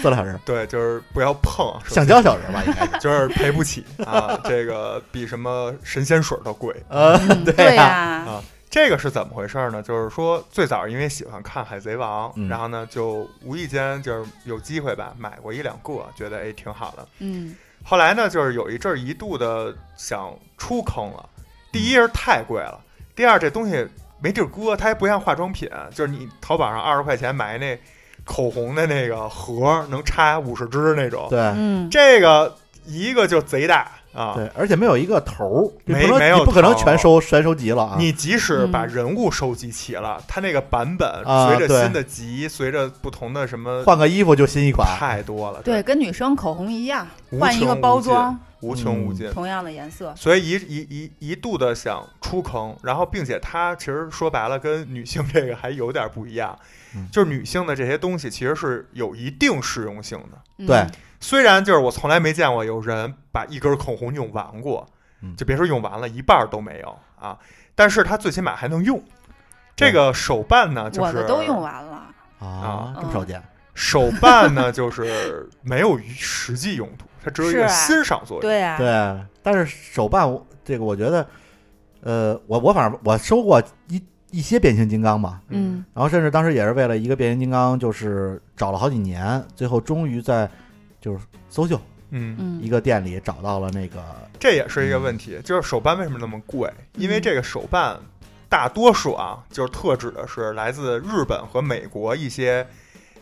A: 四老师，
B: 对，就是不要碰，啊首
A: 橡
B: 先
A: 胶小人吧，应该是。
B: 就是赔不起啊，这个比什么神仙水都贵。
A: 呃，
C: 嗯
A: 对呀啊
C: 呀，
B: 这个是怎么回事呢？就是说最早因为喜欢看《海贼王》
A: 嗯
B: 然后呢就无意间就是有机会吧，买过一两个，觉得哎挺好的。
C: 嗯
B: 后来呢，就是有一阵儿一度的想出坑了，第一是太贵了，第二这东西没地儿搁，它还不像化妆品，就是你淘宝上二十块钱买那口红的那个盒儿，能插五十支那种。
A: 对
C: 嗯，
B: 这个一个就贼大啊！
A: 对，而且没有一个头儿，你
B: 没
A: 不
B: 没
A: 能
B: 有
A: 你不可能
B: 头儿
A: 全收全收集了啊。
B: 你即使
C: 嗯
B: 把人物收集齐了，它那个版本
A: 啊
B: 随
A: 对
B: 着新的集，随着不同的什么，
A: 换个衣服就新一款，
B: 太多了，
C: 对，，跟女生口红一样，
B: 无
C: 换一
B: 穷
C: 个
B: 无
C: 包
B: 尽
C: 装，
B: 无穷无
A: 嗯
B: 尽。
C: 同样的颜色，
B: 所以一一一一度的想出坑，然后并且它其实说白了跟女性这个还有点不一样，
A: 嗯
B: 就是女性的这些东西其实是有一定实用性的。
A: 对
C: 嗯，
B: 虽然就是我从来没见过有人把一根口红用完过
A: 嗯，
B: 就别说用完了，一半儿都没有啊，但是它最起码还能用。这个手办呢，就是
C: 我的都用完了。
A: 啊
B: 啊，
A: 这么少见。
B: 手办呢，就是没有实际用途，它只有一个
C: 是啊
B: 欣赏作用。
C: 对啊，
A: 对，但是手办我这个我觉得，呃，我我反正我收过一一些变形金刚吧，
F: 嗯
A: 然后甚至当时也是为了一个变形金刚，就是找了好几年，最后终于在就是搜秀
B: 嗯，
F: 嗯
A: 一个店里找到了那个，
B: 这也是一
A: 嗯
B: 个问题，就是手办为什么那么贵？
C: 嗯
B: 因为这个手办大多数啊，就是特指的是来自日本和美国一些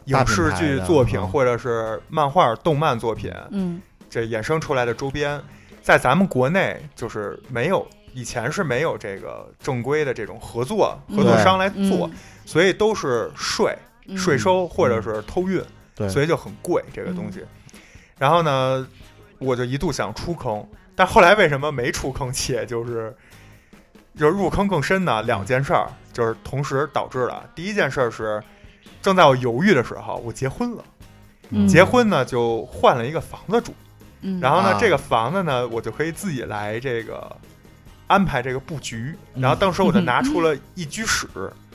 B: 影视剧作品
A: 大品牌的嗯
B: 或者是漫画、动漫作品，
F: 嗯
B: 这衍生出来的周边，在咱们国内就是没有，以前是没有这个正规的这种合作
F: 嗯
B: 合作商来做，
F: 嗯
B: 所以都是税
F: 嗯
B: 税收或者是偷运，
A: 对，
B: 所以就很贵这个东
F: 嗯
B: 西。然后呢，我就一度想出坑，但后来为什么没出坑？且就是就是入坑更深呢？两件事儿就是同时导致了。第一件事儿是，正在我犹豫的时候，我结婚了。
F: 嗯
B: 结婚呢，就换了一个房子住。
F: 嗯
B: 然后呢，
A: 啊
B: 这个房子呢，我就可以自己来这个安排这个布局。
A: 嗯
B: 然后当时我就拿出了一居室，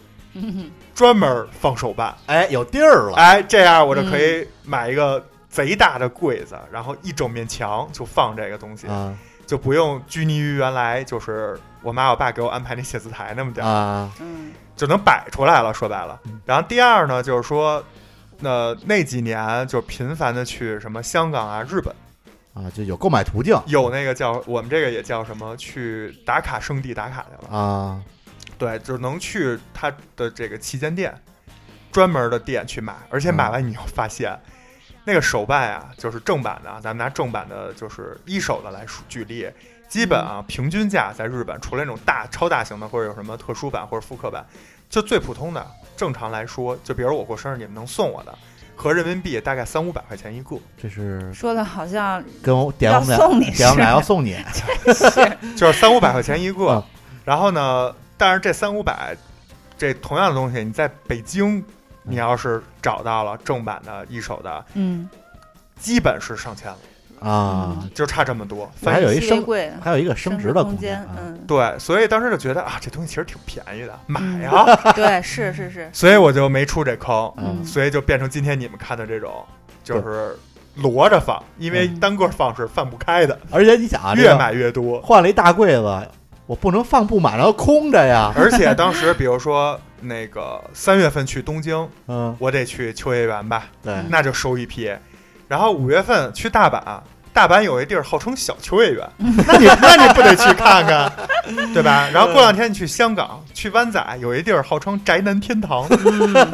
F: 嗯
B: 专门放手办。
A: 哎，有地儿了，
B: 哎，这样我就可以买一个贼大的柜子，然后一整面墙就放这个东西，
A: 啊
B: 就不用拘泥于原来就是我妈我爸给我安排那写字台那么点儿，
A: 啊，嗯
C: 嗯
B: 就能摆出来了。说白了，然后第二呢，就是说。那那几年就频繁的去什么香港啊、日本，
A: 啊，就有购买途径
B: 有那个叫我们这个也叫什么去打卡圣地打卡去了，
A: 啊，
B: 对，就是能去它的这个旗舰店，专门的店去买，而且买完你会发现，那个手办啊，就是正版的啊，咱们拿正版的，就是一手的来数举例，基本啊平均价在日本，除了那种大超大型的或者有什么特殊版或者复刻版，就最普通的，正常来说，就比如我过生日你们能送我的，合人民币大概三五百块钱一个，
A: 这 是
C: 说的好像
A: 跟我点我们
C: 要送
A: 俩
C: 你
A: 点我们俩
C: 是
A: 要送你，
B: 就是三五百块钱一个
A: 嗯。
B: 然后呢，但是这三五百，这同样的东西，你在北
A: 嗯
B: 京，你要是找到了正版的一手的，
F: 嗯
B: 基本是上千了，
C: 嗯
A: 啊，
B: 就差这么多。
A: 我还有一
C: 气
A: 升，
C: 柜
A: 还有一个升值的
C: 空
A: 间
C: 间，
A: 啊，
C: 嗯，
B: 对，所以当时就觉得啊，这东西其实挺便宜的，买
F: 嗯
B: 呀、
C: 对，是是是，
B: 所以我就没出这坑，
F: 嗯
B: 所以就变成今天你们看的这种，就是摞着放，因为单个放是放不开
C: 嗯
B: 的，
A: 而且你嗯想啊，这
B: 越
A: 个
B: 买越多。
A: 换了一大柜子，我不能放不满，然后空着呀，
B: 而且当时，比如说那个三月份去东京，
A: 嗯，
B: 我得去秋叶原吧，
A: 对，
B: 那就收一批。然后五月份去大阪，大阪有一地儿号称小秋叶原，那你那你不得去看看，对吧？然后过两天你去香港，去湾仔有一地儿号称宅男天堂，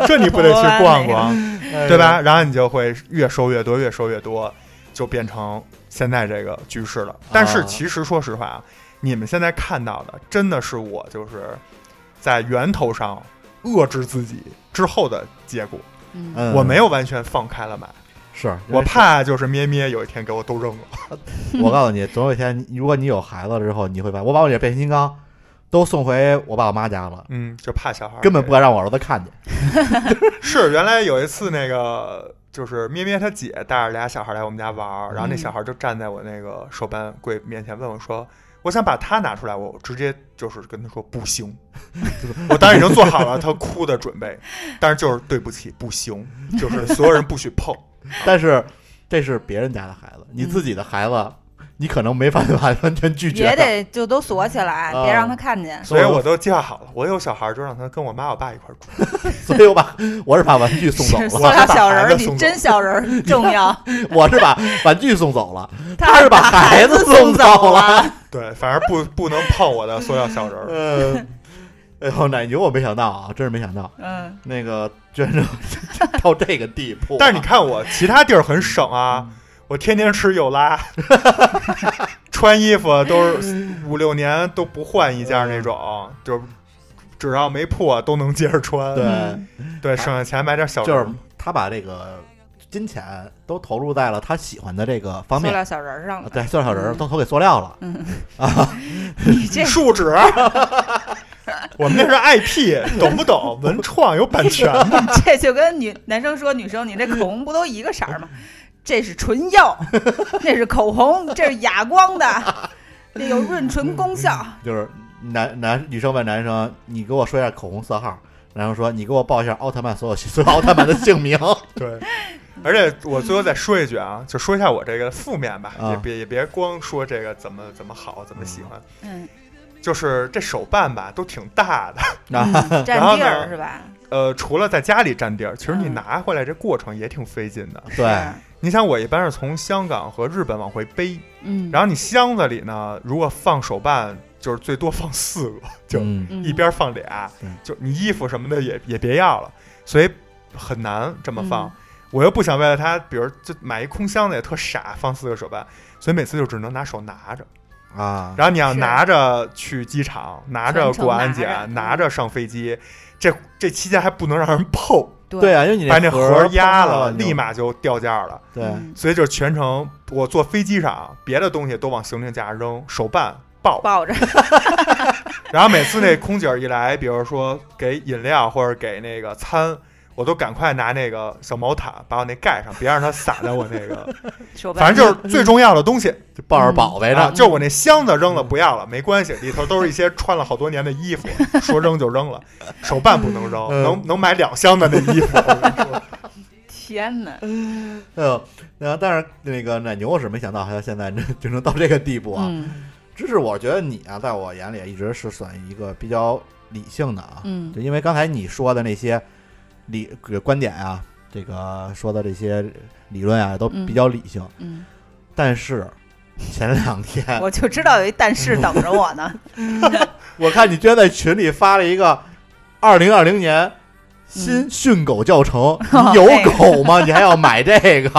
B: 这你不得去逛逛，对吧？然后你就会越收越多，越收越多，就变成现在这个局势了。但是其实说实话啊，你们现在看到的真的是我就是在源头上遏制自己之后的结果。
F: 嗯
A: 嗯，
B: 我没有完全放开了买，
A: 是，因为
B: 我怕就是咩咩有一天给我都扔了。
A: 我告诉你，总有一天，如果你有孩子了之后，你会发现，我把我这变形金刚都送回我爸我妈家了，
B: 嗯，就怕小孩儿
A: 根本不敢让我儿子看见。
B: 是。原来有一次那个就是咩咩她姐带着俩小孩来我们家玩儿，然后那
F: 嗯
B: 小孩就站在我那个手办柜面前问我说。我想把它拿出来，我直接就是跟他说不行， 我当时已经做好了他哭的准备，但是就是对不起，不行，就是所有人不许 碰。
A: 但是这是别人家的孩子，你自己的孩子，你可能没办法 完全拒绝
C: 嗯也
A: 的。
C: 得就都锁起来，
A: 啊
C: 别让他看见。
B: 所以我都计划好了，我有小孩就让他跟我妈我爸一块儿住。
A: 所以我把我是把玩具送
C: 是
A: 走
C: 塑
A: 了，
C: 料小人
B: 我还把孩
C: 儿，
B: 子
C: 比
B: 送走
C: 真小人儿重要。
A: 我是把玩具送走 了，
C: 他
A: 是把孩子送走 了。
B: 对，反正不不能碰我的塑料小人儿。
A: 嗯，哎呦，奶牛我没想到啊，真是没想到，
C: 嗯，
A: 那个居然就 到这个地步啊。
B: 但是你看我其他地儿很省啊，我天天吃有拉， 穿衣服都是五六年都不换一件儿那种，就只要没破都能接着穿。
A: 对。
B: 对省下钱买点小
A: 就是
B: 人儿
A: 他把这个金钱都投入在了他喜欢的这个方
C: 塑
A: 面，
C: 料小人儿上了。
A: 对，塑料小人儿都投给塑料了，
C: 你这
B: 树脂。 我们那是 IP，懂不懂？文创有版权 的，
C: 这就跟女男生说女生，你这口红不都一个色儿吗？这是唇釉，那是口红，这是哑光的，这有润唇功效。
A: 就是男男女生问男生，你给我说一下口红色号，男生说你给我报一下奥特曼所有所有奥特曼的姓名，
B: 对。而且我最后再说一句啊，就说一下我这个负面吧，
A: 啊
B: 也别也别光说这个怎么怎么好，怎么喜欢。
C: 嗯
B: 就是这手办吧都挺大的，
C: 嗯占
B: 然后
C: 地
B: 呢
C: 儿是吧？
B: 呃，除了在家里占地儿，其实你
C: 嗯
B: 拿回来这过程也挺费劲的。
A: 对，
C: 啊
B: 你想，我一般是从香港和日本往回背，
C: 嗯，
B: 然后你箱子里呢，如果放手办，就是最多放四个， 就
A: 嗯
C: 后
B: 一边放俩
A: 嗯，
B: 就你衣服什么的也也别要了，所以很难这么
C: 嗯
B: 放。我又不想为了它，比如就买一空箱子也特傻，放四个手办，所以每次就只能拿手拿着。
A: 啊，
B: 然后你要
C: 是
B: 拿着去机场，拿着
C: 全程
B: 过安
C: 拿
B: 检，
C: 着嗯
B: 拿着上飞机，这这期间还不能让人碰，
A: 对啊，因为你
B: 把那
A: 盒儿
B: 盒压
A: 碰到
B: 了，
A: 你就
B: 立马就掉价了。
A: 对，
C: 嗯
B: 所以就是全程我坐飞机上，别的东西都往行李架上扔，手办爆。
C: 抱 着，
B: 然后每次那空姐儿一来，比如说给饮料或者给那个餐，我都赶快拿那个小毛毯把我那盖上，别让它洒在我那个，
C: 手
B: 反
C: 办
B: 正就是最重要的东西。
A: 就抱着
C: 嗯
A: 宝贝
B: 啊，
A: 呢，
B: 就是我那箱子扔了不要了，没关系，里头都是一些穿了好多年的衣服，说扔就扔了，手办不能扔，
A: 嗯
B: 能能买两箱的那衣服。我跟你说
C: 天哪，
A: 嗯，然后但是那个奶牛我是没想到，还有现在这就能到这个地步啊。
C: 嗯
A: 芝士，我觉得你啊，在我眼里一直是算一个比较理性的啊，
C: 嗯
A: 就因为刚才你说的那些理呃观点啊，这个说的这些理论啊，都比较理性。
C: 嗯，
A: 但是前两
B: 嗯
A: 天
C: 我就知道有一但是等着 我呢，
A: 我看你居然在群里发了一个二零二零年
C: 嗯
A: 新训狗教程，
C: 哦
A: 你有狗吗？你还要买这个？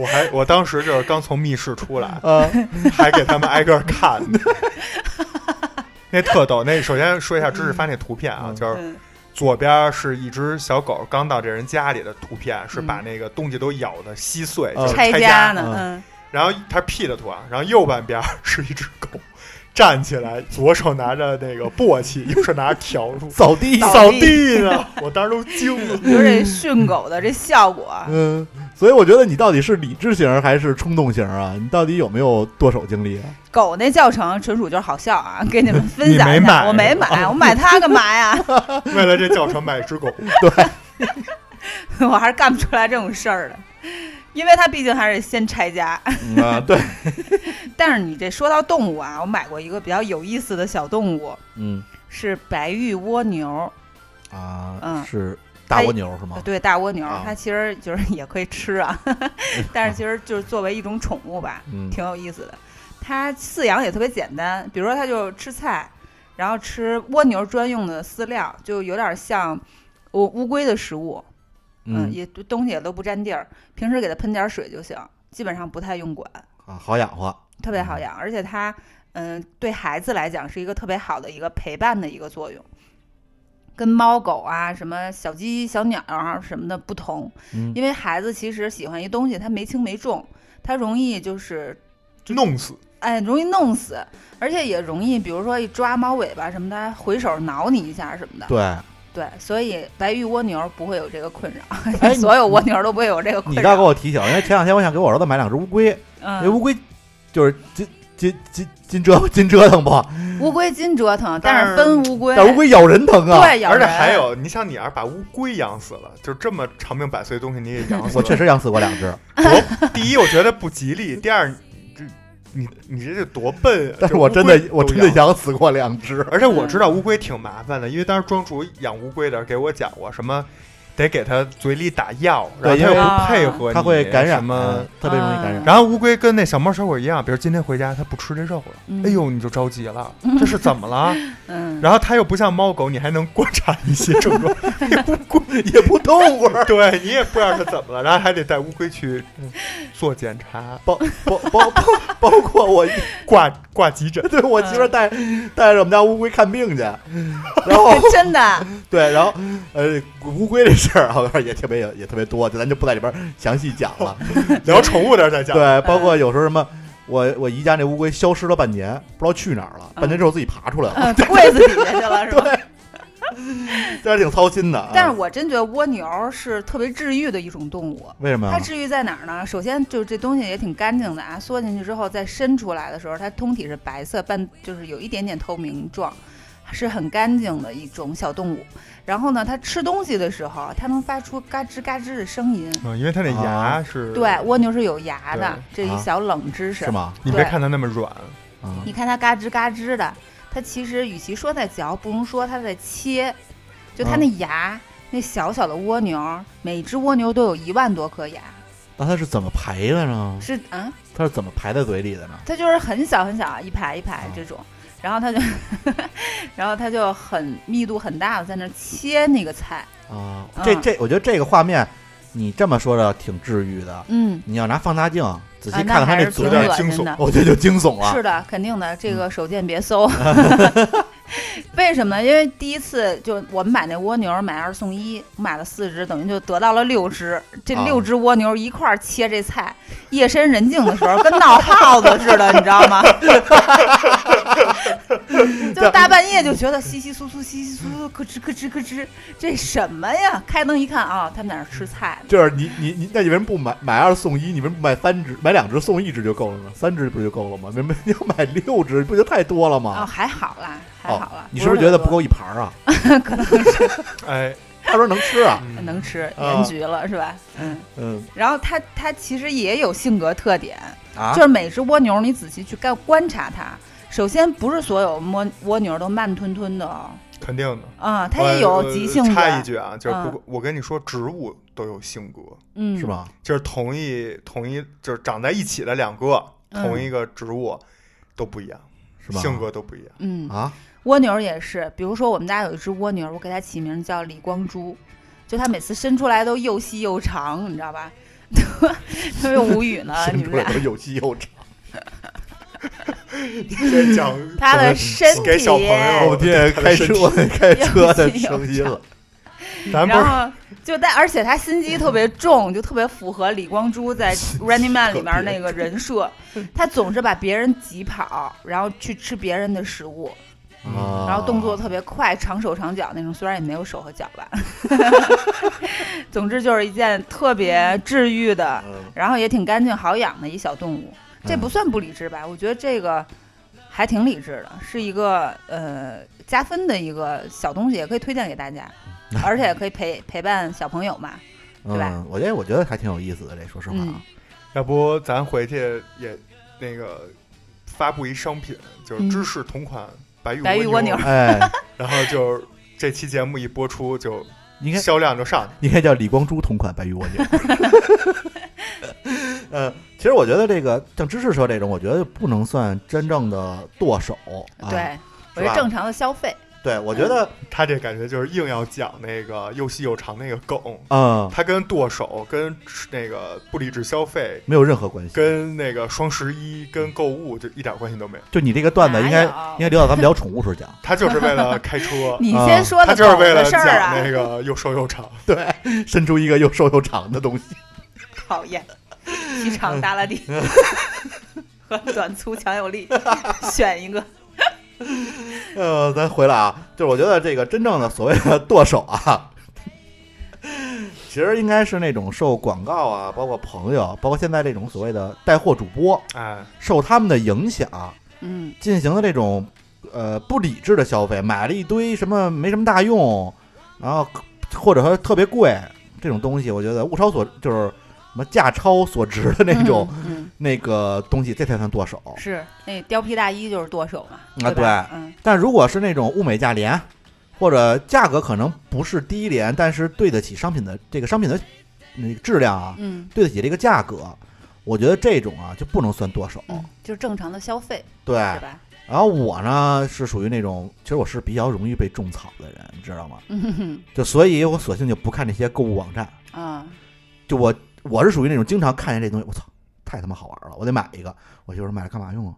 B: 我还我当时就是刚从密室出来，
A: 呃，
B: 还给他们挨个儿 看呢。那特逗，那首先说一下知识发那图片啊，
A: 嗯
B: 就是
C: 嗯
B: 左边是一只小狗刚到这人家里的图片，是
C: 嗯
B: 把那个东西都咬的稀碎，
A: 嗯
B: 就是
C: 拆
B: 家
C: 家呢，
A: 嗯
C: 嗯，
B: 然后它是 P 的图案，啊然后右半边是一只狗站起来，左手拿着那个簸箕，右手拿着笤 帚
A: 扫地。
C: 啊
B: 扫地呢。我当时都惊了。
C: 你说这训狗的这效果，
A: 嗯，所以我觉得你到底是理智型还是冲动型啊？你到底有没有剁手经历啊？
C: 狗那教程纯属就是好笑啊，给你们分享
B: 你没
C: 一
B: 买
C: 下，我没买，我买它干嘛呀？
B: 为了这教程买一只狗，
C: 我还是干不出来这种事儿的，因为它毕竟还是先拆家。
A: 嗯 啊，对，
C: 但是你这说到动物啊，我买过一个比较有意思的小动物，
A: 嗯
C: 是白玉蜗牛，
A: 啊，
C: 嗯哎
A: 是大蜗牛是吗？
C: 对，大蜗牛，
A: 啊
C: 它其实就是 也可以吃啊，但是其实就是作为一种宠物吧，
A: 嗯
C: 挺有意思的。它饲养也特别简单，比如说它就吃菜，然后吃蜗牛专用的饲料，就有点像我乌龟的食物，嗯，
A: 嗯
C: 也东西也都不占地儿，平时给它喷点水就行，基本上不太用管，
A: 啊，好养活，
C: 特别好养，而且它嗯对孩子来讲是一个特别好的一个陪伴的一个作用。跟猫狗啊、什么小鸡、小鸟啊什么的不同，
A: 嗯
C: 因为孩子其实喜欢一东西，他没轻没重，他容易就是
B: 弄死。
C: 哎，容易弄死，而且也容易，比如说一抓猫尾巴什么的，还回手挠你一下什么的。
A: 对
C: 对，所以白玉蜗牛不会有这个困扰，
A: 哎
C: 所有蜗牛都不会有这个
A: 你
C: 困
A: 倒给
C: 扰。
A: 我提醒，因为前两天我想给我儿子买两只乌龟，因为
C: 啊嗯，
A: 乌龟就是金金金金折金折腾不，
C: 乌龟金折腾，但
B: 但是
C: 是分乌龟，
A: 但乌龟咬人疼啊。
C: 对咬
B: 而且
C: 人，
B: 还有，你想你要是把乌龟养死了，就这么长命百岁的东西你也养死了。
A: 我确实养死过两 只，
B: 多，第一我觉得不吉 利，第二这你你这是多笨啊！
A: 但是
B: 就
A: 我
B: 乌
A: 真的
B: 龟
A: 我
B: 都
A: 真的
B: 养。
A: 养死过两只。
B: 而且我知道乌龟挺麻烦的，因为当时庄主养乌龟的给我讲过，什么得给它嘴里打药，然后
A: 对因
B: 它
A: 为
B: 又不配合你，
A: 它会感染
B: 什么啊
A: 嗯。特别容易感染。
B: 然后乌龟跟那小猫小狗一样，比如今天回家它不吃这肉了，
C: 嗯
B: 哎呦你就着急 了，这是怎么了？
C: 嗯，
B: 然后它又不像猫狗，你还能观察一些 症状，哎
A: 也不动会儿，
B: 对你也不知道它怎么了，然后还得带乌龟去做检查，
A: 包包包包包括我，
B: 挂挂急诊。
A: 对我媳
C: 嗯
A: 妇儿带带着我们家乌龟看病去，然后
C: 真的，
A: 对，然后呃，乌龟这事儿啊也特别也特别多，咱就不在里边儿详细讲了。
B: 聊宠物的再讲。
A: 对，包
C: 嗯
A: 括有时候什么，我我姨家那乌龟消失了半年，不知道去哪儿了，半年之后自己爬出来了，
C: 嗯，柜子底下去了是吧？
A: 这还挺操心的啊。
C: 嗯但是我真觉得蜗牛是特别治愈的一种动物。
A: 为什么
C: 它
A: 呀？
C: 治愈在哪儿呢？首先就是这东西也挺干净的啊，缩进去之后再伸出来的时候，它通体是白色，半就是有一点点透明状，是很干净的一种小动物。然后呢，它吃东西的时候，它能发出嘎吱嘎吱的声音。
B: 嗯，因为它那牙
A: 啊
B: 是，
C: 对，蜗牛是有牙的，这
A: 对啊
C: 一小冷知识。
A: 是吗？
B: 你别看它那么软，
A: 啊
C: 你看它嘎吱嘎吱的，它其实与其说在嚼，不如说它在切，就它那牙，那小小的蜗牛，每只蜗牛都有一万多颗牙，
A: 那它是怎么排的呢？
C: 是嗯，
A: 它是怎么排在嘴里的呢？
C: 它就是很小很小，一排一排
A: 哦
C: 这种。然后它就， 然后它就很密度很大的在那儿切那个菜，
A: 啊、
C: 嗯
A: 这这，我觉得这个画面，你这么说着挺治愈的。
C: 嗯，
A: 你要拿放大镜仔
C: 啊
A: 细，看
C: 那
A: 看它
C: 还
A: 那
C: 是
A: 嘴
C: 挺
B: 有点
A: 角，
B: 儿惊
C: 恶
B: 悚
C: 心的。
A: 我觉得就惊悚了。
C: 是的，肯定的，这
A: 嗯
C: 个手贱 别搜。为什么呢？因为第一次就我们买那蜗牛买二送一，我买了四只，等于就得到了六只。这
A: 啊
C: 六只蜗牛一块儿切这菜，夜深人静的时候跟闹耗子 似的，你知道吗？就大半夜就觉得稀稀疏疏、稀稀疏疏、咯吱咯吱咯吱，这什么呀？开灯一看啊，他们在那儿吃菜呢。
A: 就是你你你，那你为什么不买买二送一？你为什么不买三只？买两只送一只就够了呢？三只不就够了吗？为什么要买六只？不就太多了
C: 啊、
A: 吗？
C: 还好啦，还好啦。
A: 哦你是不是觉得
C: 很
A: 不
C: 多
A: 够一盘儿啊？
B: 哎，
A: 他说能吃啊，
B: 嗯
C: 能吃
A: 啊
C: 盐焗了、是吧？嗯，
A: 嗯
C: 然后它它其实也有性格特点，
A: 啊
C: 就，是每只蜗牛你仔细去观观察它，首先不是所有蜗蜗牛都慢吞吞的哦，
B: 肯定的。
C: 啊、它也有急性
B: 我
C: 子，
B: 插一句啊，就是
C: 嗯
B: 不，我跟你说，植物都有性格，
C: 嗯，
A: 是？吧？
B: 就是同一同一就是长在一起的两个
C: 嗯
B: 同一个植物都不一样，
A: 是吧？
B: 性格都不 一样。
C: 嗯，
A: 啊，
C: 蜗牛也是，比如说我们家有一只蜗牛，我给它起名叫李光洙，就它每次伸出来都又细又长，你知道吧？ 特别无 语呢，啊
A: 伸
C: 你们
A: 出来
C: 俩
A: 都。有细 有长。
B: 先 讲
C: 它 的身体，
B: 给小朋友
A: 我听见哦开车开车的声音了，
B: 咱不
C: 然
B: 是
C: 后就但而且他心机特别重，就特别符合李光洙在《Running Man》里面那个人设，他总是把别人挤跑，然后去吃别人的食物，
A: 啊
C: 然后动作特别快，长手长脚那种，虽然也没有手和脚吧。 总之就是一件特别治愈的，
A: 嗯
C: 然后也挺干净好养的一小动物，这不算不理智吧？我觉得这个还挺理智的，是一个呃加分的一个小东西，也可以推荐给大 家，而且也可以陪陪伴小朋友嘛。嗯对吧
A: 嗯，我觉得我觉得还挺有意思的，这说实话啊，
B: 要不咱回去也那个发布一商品，就是芝士同款白玉
C: 嗯白玉蜗
B: 蜗
C: 牛
A: 哎，
B: 然后就是这期节目一播出就
A: 应该
B: 销量就上去。
A: 应该叫李光洙同款白玉蜗牛。 呃，其实我觉得这个像芝士说这种，我觉得不能算真正的剁手。啊、
C: 对，我
A: 是
C: 觉
A: 吧
C: 得正常的消费，
A: 对，我觉得，
B: 他这感觉就是硬要讲那个又细又长那个梗，
A: 嗯，
B: 他跟剁手、跟那个不理智消费、
A: 没有任何关系。
B: 跟那个双十一、跟购物就一点关系都没有。
A: 就你这个段子，应该
C: 哪有，
A: 应该留到咱们聊宠物时候讲。
B: 他就是为了开车
C: 你
A: 啊
C: 先说
B: 他
C: 的
B: 就是
C: 狗
B: 为了
C: 的事
B: 讲
C: 儿啊，
B: 那个又瘦又长。
A: 对，伸出一个又瘦又长的东西。
C: 讨厌， 机场耷 拉地和短粗强有力， 选一个。
A: 呃，咱回来啊，就是我觉得这个真正的所谓的剁手啊，其实应该是那种受广告啊，包括朋友，包括现在这种所谓的带货主播，
B: 哎，
A: 受他们的影响
C: 嗯，
A: 进行的这种呃不理智的消费，买了一堆什么没什么大用，然后或者说特别贵这种东西，我觉得物超所就是什么价超所值的那种、
C: 嗯
A: 那个东西，这才算剁手。
C: 嗯是那貂皮大衣就是剁手嘛，
A: 啊
C: 吧
A: 对
C: 嗯
A: 但如果是那种物美价廉，或者价格可能不是低廉，但是对得起商品的这个商品的那个质量啊，
C: 嗯
A: 对得起这个价格，我觉得这种啊就不能算剁手。
C: 嗯，就是正常的消费，
A: 对，
C: 是吧？
A: 然后我呢是属于那种，其实我是比较容易被种草的人，你知道吗？
C: 嗯哼哼
A: 就所以，我索性就不看那些购物网站。
C: 啊，
A: 就我我是属于那种经常看见这东西，我操，太他妈好玩了，我得买一个。我媳妇说买了干嘛用啊？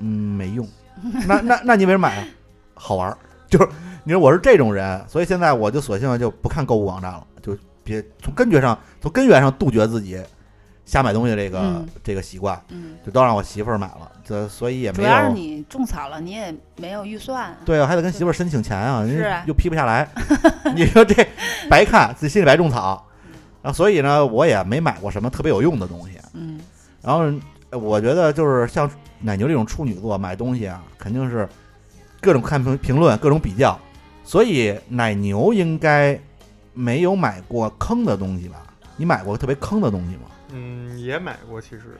A: 嗯，没 用。那那那你为什么买啊？好玩儿，就是你说我是这种人，所以现在我就索性就不看购物网站了，就别从根绝上从根源上杜绝自己瞎买东西这个、
C: 嗯
A: 这个习惯，
C: 嗯，
A: 就都让我媳妇儿买了，这所以也
C: 主
A: 没
C: 要是
A: 有。
C: 你种草了，你也没有预算啊，
A: 对啊，还得跟媳妇儿申请钱啊，人
C: 是
A: 家
C: 啊
A: 又批不下来， 你说这白看，自己心里白种草。啊，所以呢，我也没买过什么特别有用的东西。
C: 嗯
A: 然后呃我觉得就是像奶牛这种处女座买东西啊，肯定是各种看评评论，各种比较，所以奶牛应该没有买过坑的东西吧？你买过特别坑的东西吗？
B: 嗯，也买过，其实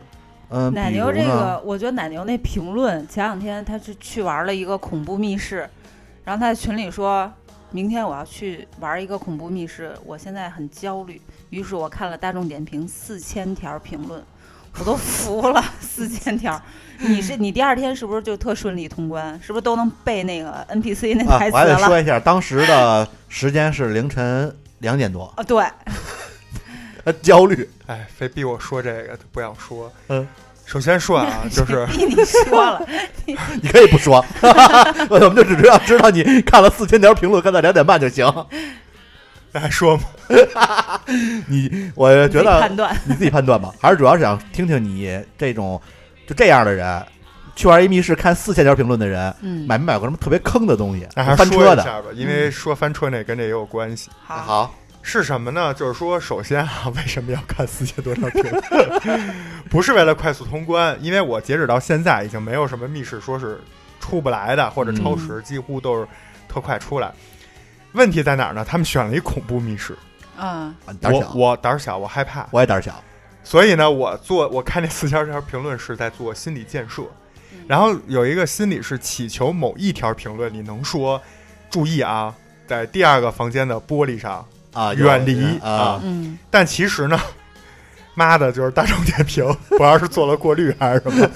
A: 嗯，
C: 奶
A: 比
C: 牛
A: 如
C: 这
A: 呢
C: 个，我觉得奶牛那评论，前两天他是去玩了一个恐怖密室，然后他在群里说，明天我要去玩一个恐怖密室，我现在很焦虑。于是我看了大众点评四千条评论，我都服 了，四千条。你是你第二天是不是就特顺利通关？是不是都能背那个 NPC 那
A: 啊
C: 台，词
A: 我还得
C: 了？
A: 说一下，当时的时间是凌晨两点多，
C: 啊，对，
A: 他焦虑，
B: 哎，非逼我说这个，不想说。
A: 嗯，
B: 首先说 啊，就是
C: 逼你 说了，
A: 你可以不说， 我们就只知道知道你看了四千条评论，看到两点半就行。
C: 哎
B: 来说嘛，
A: 你，我哎觉
C: 你自己
A: 得
C: 判断
A: 你自己判断吧，还是主要是想听听你这种就这样的人，去玩一密室看四千条评论的人，
C: 嗯，
A: 买没买过什么特别坑的东西，
B: 那哎还
A: 翻
B: 说
A: 车
B: 一
A: 的。
B: 下吧，因为说翻车那跟这也有关系。
C: 好，
B: 啊是什么呢？就是说，首先啊， 为什么要看四千多条评论？ 不是为了快速通关，因为我截止到现在已经没有什么密室说是出不来的，或者超时，几乎都是特快出来。问题在哪儿呢？他们选了一恐怖密室，
C: 嗯，
A: 啊你胆
B: 我
A: 小，
B: 我胆儿小，我害怕，
A: 我也胆小。
B: 所以呢，我做我看这四千条评论是在做心理建设，
A: 嗯
B: 然后有一个心理是祈求某一条评论你能说，注意啊，在第二个房间的玻璃上，
A: 啊，有
B: 远离
A: 啊
B: 啊！
C: 嗯，
B: 但其实呢， 妈的，就是大众点评， 不知道是做了过滤还是什么，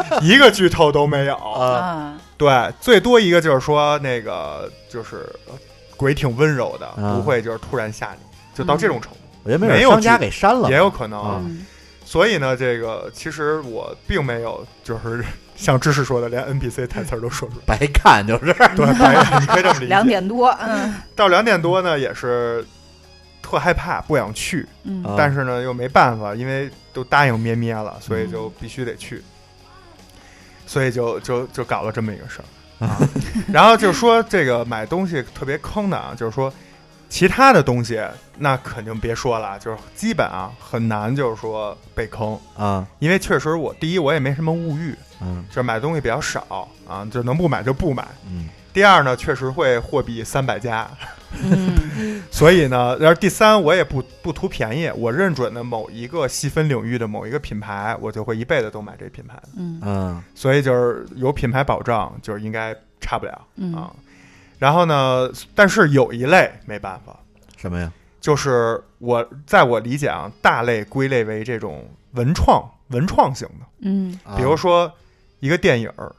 B: 一个剧透都没有。
A: 啊
C: 啊，
B: 对，最多一个就是说那个就是呃鬼挺温柔的，
A: 嗯
B: 不会就是突然吓你，就到这种程度，
A: 我觉得没
B: 没
A: 准
B: 有
A: 商家
B: 剧
A: 给删了，
B: 也有可能。
A: 啊
C: 嗯
B: 所以呢，这个其实我并没有，就是 像知识说的，连 NPC 台词儿都说不出
A: 白看就是。
B: 来。对，白你可以这么理解。
C: 两点多，
A: 啊
C: 嗯
B: 到两点多呢，也是特害怕，不想去，
C: 嗯
A: 啊
B: 但是呢又没办法，因为都答应咩咩了，所以就必须得去，所以就就就搞了这么一个事儿。啊、然后就说这个买东西特别坑的啊，就是说其他的东西那肯定别说了，就是基本啊很难就是说被坑。
A: 啊，
B: 因为确实我第一我也没什么物欲，
A: 嗯
B: 就是买东西比较少啊，就能不买就不买。
A: 嗯，
B: 第二呢，确实会货比三百家，
C: 嗯
B: 所以呢，然后第三我也不不图便宜，我认准的某一个细分领域的某一个品牌，我就会一辈子都买这品牌的，
C: 嗯
A: 嗯
B: 所以就是有品牌保障，就是应该差不了
C: 嗯
B: 啊。然后呢，但是有一类没办法，
A: 什么呀？
B: 就是我在我理解啊，大类归类为这种文创文创型的，
C: 嗯
A: 啊
B: 比如说一个电影儿。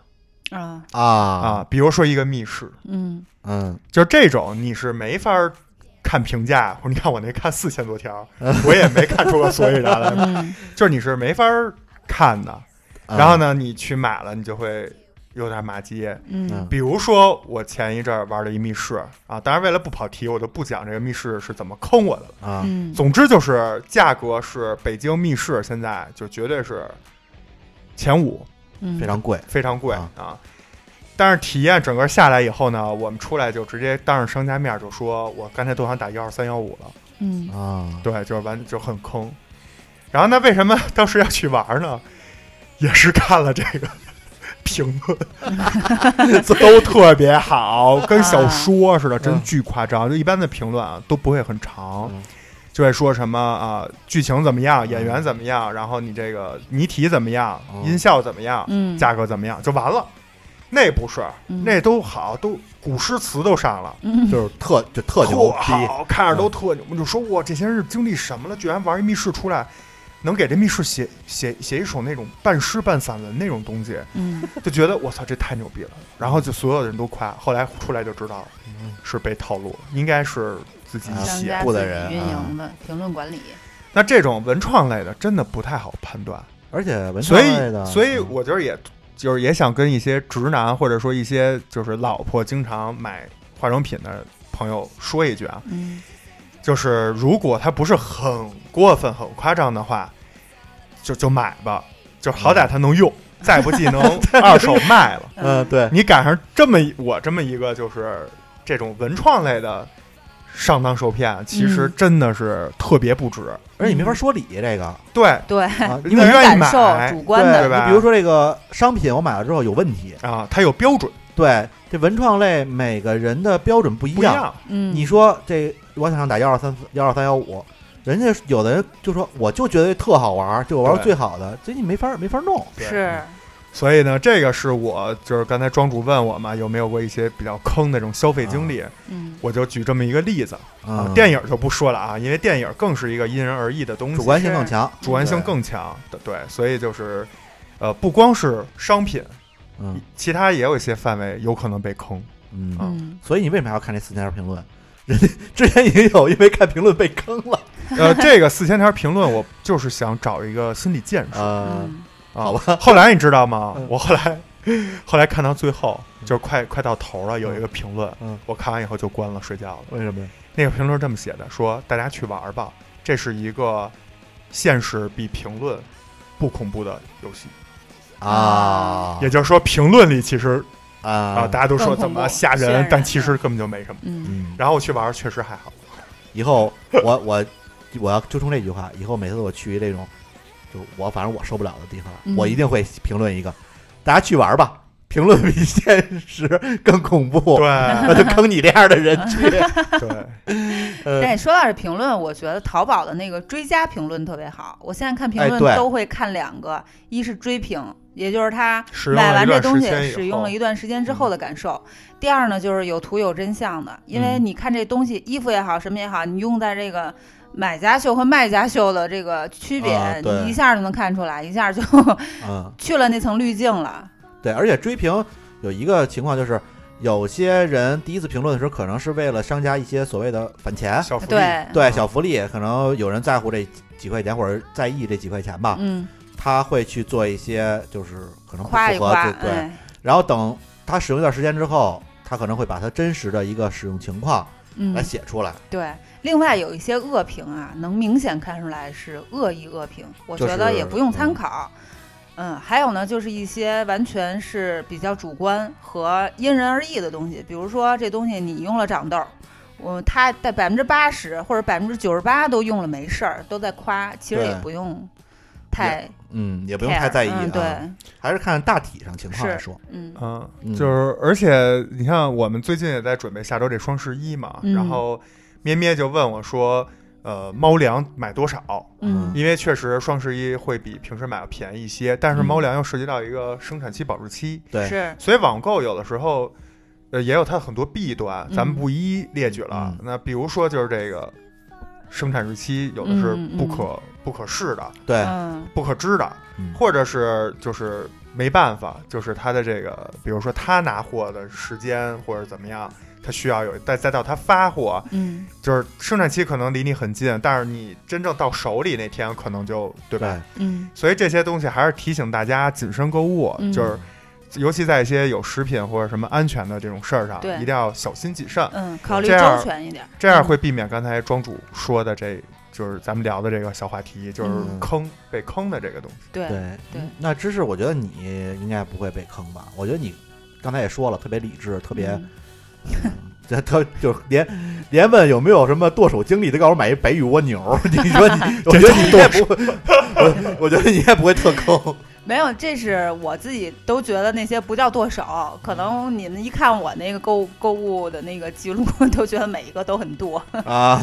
C: 啊
A: 啊
B: 啊，比如说一个密室，
C: 嗯
A: 嗯
B: 就是这种你是没法儿看评价，或者你看我那看四千多条，我也没看出个所以然来，
C: 嗯
B: 就是你是没法儿看的。
A: 嗯
B: 然后呢，你去买了，你就会有点骂街。
A: 啊
C: 嗯
B: 比如说我前一阵儿玩了一密室啊，当然为了不跑题，我就不讲这个密室是怎么坑我的了。
A: 啊
C: 嗯
B: 总之就是价格是北京密室现在就绝对是前五，
C: 嗯
A: 非常贵
B: 非常贵
A: 啊
B: 啊。但是体验整个下来以后呢，我们出来就直接当着商家面就说，我刚才都想打幺二三幺五了，
C: 嗯
A: 啊
B: 对，就是完就很坑。然后呢，为什么当时要去玩呢？ 也是看了这个 评论，都特别好， 跟小说似的，真巨夸张。就一般的评论啊，都不会很长
A: 嗯，
B: 就会说什么啊，剧情怎么样，演员怎么样，然后你这个谜题怎么样
A: 哦，
B: 音效怎么样，
C: 嗯
B: 价格怎么样就完了。那不是，
C: 嗯
B: 那都好，都古诗词都上了，
C: 嗯
A: 就是特就特牛 逼，
B: 好，看着都特牛。我就说哇，这些人是经历什么了？居然玩一密室出来，能给这密室写写写一首那种半诗半散文那种东西，
C: 嗯
B: 就觉得我操，这太牛逼了。然后就所有的人都夸，后来出来就知道了
A: 嗯
B: 是被套路了，应该是自己
A: 啊
C: 商
B: 写
C: 家
A: 部的
C: 自己
A: 人
C: 运
A: 啊
C: 营的评论管理，
B: 那这种文创类的真的不太好判断。
A: 而且文
B: 所
A: 创
B: 以
A: 类，的，
B: 所以
A: 嗯
B: 我觉得也，就是也想跟一些直男或者说一些就是老婆经常买化妆品的朋友说一句啊，
C: 嗯
B: 就是如果他不是很过分、很夸张的话，就就买吧，就好歹他能用，再不济能二手卖了。
A: 嗯对
B: 你赶上这么一我这么一个就是这种文创类的上当受骗，其实
C: 嗯
B: 真的是特别不值。
A: 而且你没法说理这个，
B: 对
C: 对，
A: 啊
B: 你
A: 因
B: 得
A: 为
B: 愿意
C: 感
B: 买
C: 受主观
B: 对
C: 嗯的，
B: 吧
A: 你比如说这个商品，我买了之后有问题，
B: 啊，它有标准
A: 对，这文创类每个人的标准不一
B: 不一
A: 样。
B: 样，
C: 嗯，
A: 你说这，我想打幺二三四幺二三幺五，人家有的人就说，我就觉得特好玩儿，就我玩儿
B: 对啊
A: 最好的，这你没法没法弄。
B: 对
C: 是，
B: 所以呢，这个是我就是刚才庄主问我嘛，有没有过一些比较坑的这种消费经历，
C: 嗯，
B: 我就举这么一个例子啊、
A: 嗯，
B: 电影就不说了啊，因为电影更是一个因人而异的东西，
A: 主观性更强，
B: 主观性
A: 对
B: 更强的，对，所以就是，呃，不光是商品，
A: 嗯
B: 其他也有一些范围有可能被坑。
A: 嗯
B: 啊
C: 嗯，
A: 所以你为什么还要看这四千条评论？人家之前已经有因为看评论被坑了，
B: 呃，这个四千条评论，我就是想找一个心理建设啊。
A: 呃，
C: 嗯
A: 好吧，
B: 后来你知道吗
A: 嗯？
B: 我后来后来看到最后，就是快快到头了，有一个评论
A: 嗯，
B: 我看完以后就关了，睡觉了。
A: 为什么呀？
B: 那个评论这么写的，说大家去玩儿吧，这是一个现实比评论不恐怖的游戏。
A: 啊
B: 也就是说，评论里其实啊、
A: 啊
B: 大，家都说
C: 更恐
B: 怎么
C: 怖
B: 吓
C: 吓
B: 人
C: 人，
B: 但其实根本就没什么。
C: 嗯，
A: 嗯，
B: 然后我去玩儿，确实还好。
A: 以后我我我要就冲这句话，以后每次我去这种就我反正我受不了的地方，
C: 嗯
A: 我一定会评论一个，大家去玩吧，评论比现实更恐怖，
B: 对
A: 那就坑你这样的人嗯去。
B: 对，
A: 呃
C: 但你说到这评论，我觉得淘宝的那个追加评论特别好。我现在看评
A: 哎
C: 论
A: 对
C: 都会看两个，一是追评，也就是他
B: 使用
C: 买
B: 了一
C: 完这
B: 段时
C: 东西
B: 间以
C: 使用
B: 后
C: 了一段时间之后
A: 嗯
C: 的感受；第二呢，就是有图有真相的，因为
A: 嗯
C: 你看这东西，衣服也好，什么也好，你用在这个。买家秀和卖家秀的这个区别，
A: 啊对
C: 你一下就能看出来，一下就
A: 嗯，
C: 去了那层滤镜了。
A: 对，而且追评有一个情况就是。有些人第一次评论的时候，可能是为了商家一些所谓的返钱，
B: 小福利，
C: 对，
A: 对小福利，可能有人在乎这几块钱，或者在意这几块钱吧，
C: 嗯，他
A: 他会去做一些就是可能不
C: 夸一
A: 符合
C: 夸
A: 自，对，
C: 哎
A: 然后等他使用一段时间之后，他可能会把他真实的一个使用情况
C: 嗯
A: 来，写出来，
C: 对，另外有一些恶评啊，能明显看出来是恶意恶评，我
A: 就
C: 觉得
A: 是
C: 也不用参
A: 嗯
C: 考。嗯，还有呢，就是一些完全是比较主观和因人而异的东西，比如说这东西你用了长痘儿，我他在百分之八十或者百分之九十八都用了没事儿，都在夸，其实也
A: 对
C: 不用太
A: 嗯，也
C: 也
A: 不用太在意啊，
C: 嗯、对，
A: 还是看大体上情况来
C: 是
A: 说，
C: 嗯
B: 嗯，
A: 嗯
B: 就是而且你看，我们最近也在准备下周这双十一嘛，
C: 嗯
B: 然后咩咩就问我说，呃，猫粮买多少？
A: 嗯
C: 嗯
B: 因为确实双十一会比平时买要便宜一些，但是
A: 嗯
B: 猫粮又涉及到一个生产期、保质期，
A: 对，
C: 是
B: 所以网购有的时候，呃，也有它很多弊端，
C: 嗯
B: 咱们不一一列举了
A: 嗯。
B: 那比如说就是这个生产日期有的是
C: 嗯嗯
B: 不可、不可视的、
A: 对，
C: 嗯
B: 不可知的，
A: 嗯
B: 或者是就是没办法，就是它的这个，比如说他拿货的时间或者怎么样，他需要有再再到他发货，
C: 嗯
B: 就是生产期可能离你很近，但是你真正到手里那天可能就对吧？
A: 对，
C: 嗯
B: 所以这些东西还是提醒大家谨慎购物，
C: 嗯
B: 就是尤其在一些有食品或者什么安全的这种事儿上，
C: 对
B: 一定要小心谨
A: 啊
B: 慎，
C: 嗯，考虑
B: 这样
C: 周全一点儿，嗯
B: 这样会避免刚才庄主说的这。就是咱们聊的这个小话题，就是
C: 嗯
B: 坑、被坑的这个东西。
C: 对
A: 对
C: 对
A: 那芝士，我觉得你应该不会被坑吧？我觉得你刚才也说了，特别理智，特
C: 特
A: 别、这 特就是连连问有没有什么剁手经历，都告诉我买一白羽蜗牛。 你说 你，我觉得你应该不会， 我我觉得你应该不会特坑。
C: 没有，这是我自己都觉得那些不叫剁手，可能你们一看我那个购物购物的那个记录， 都觉得每一个都很剁，
A: 啊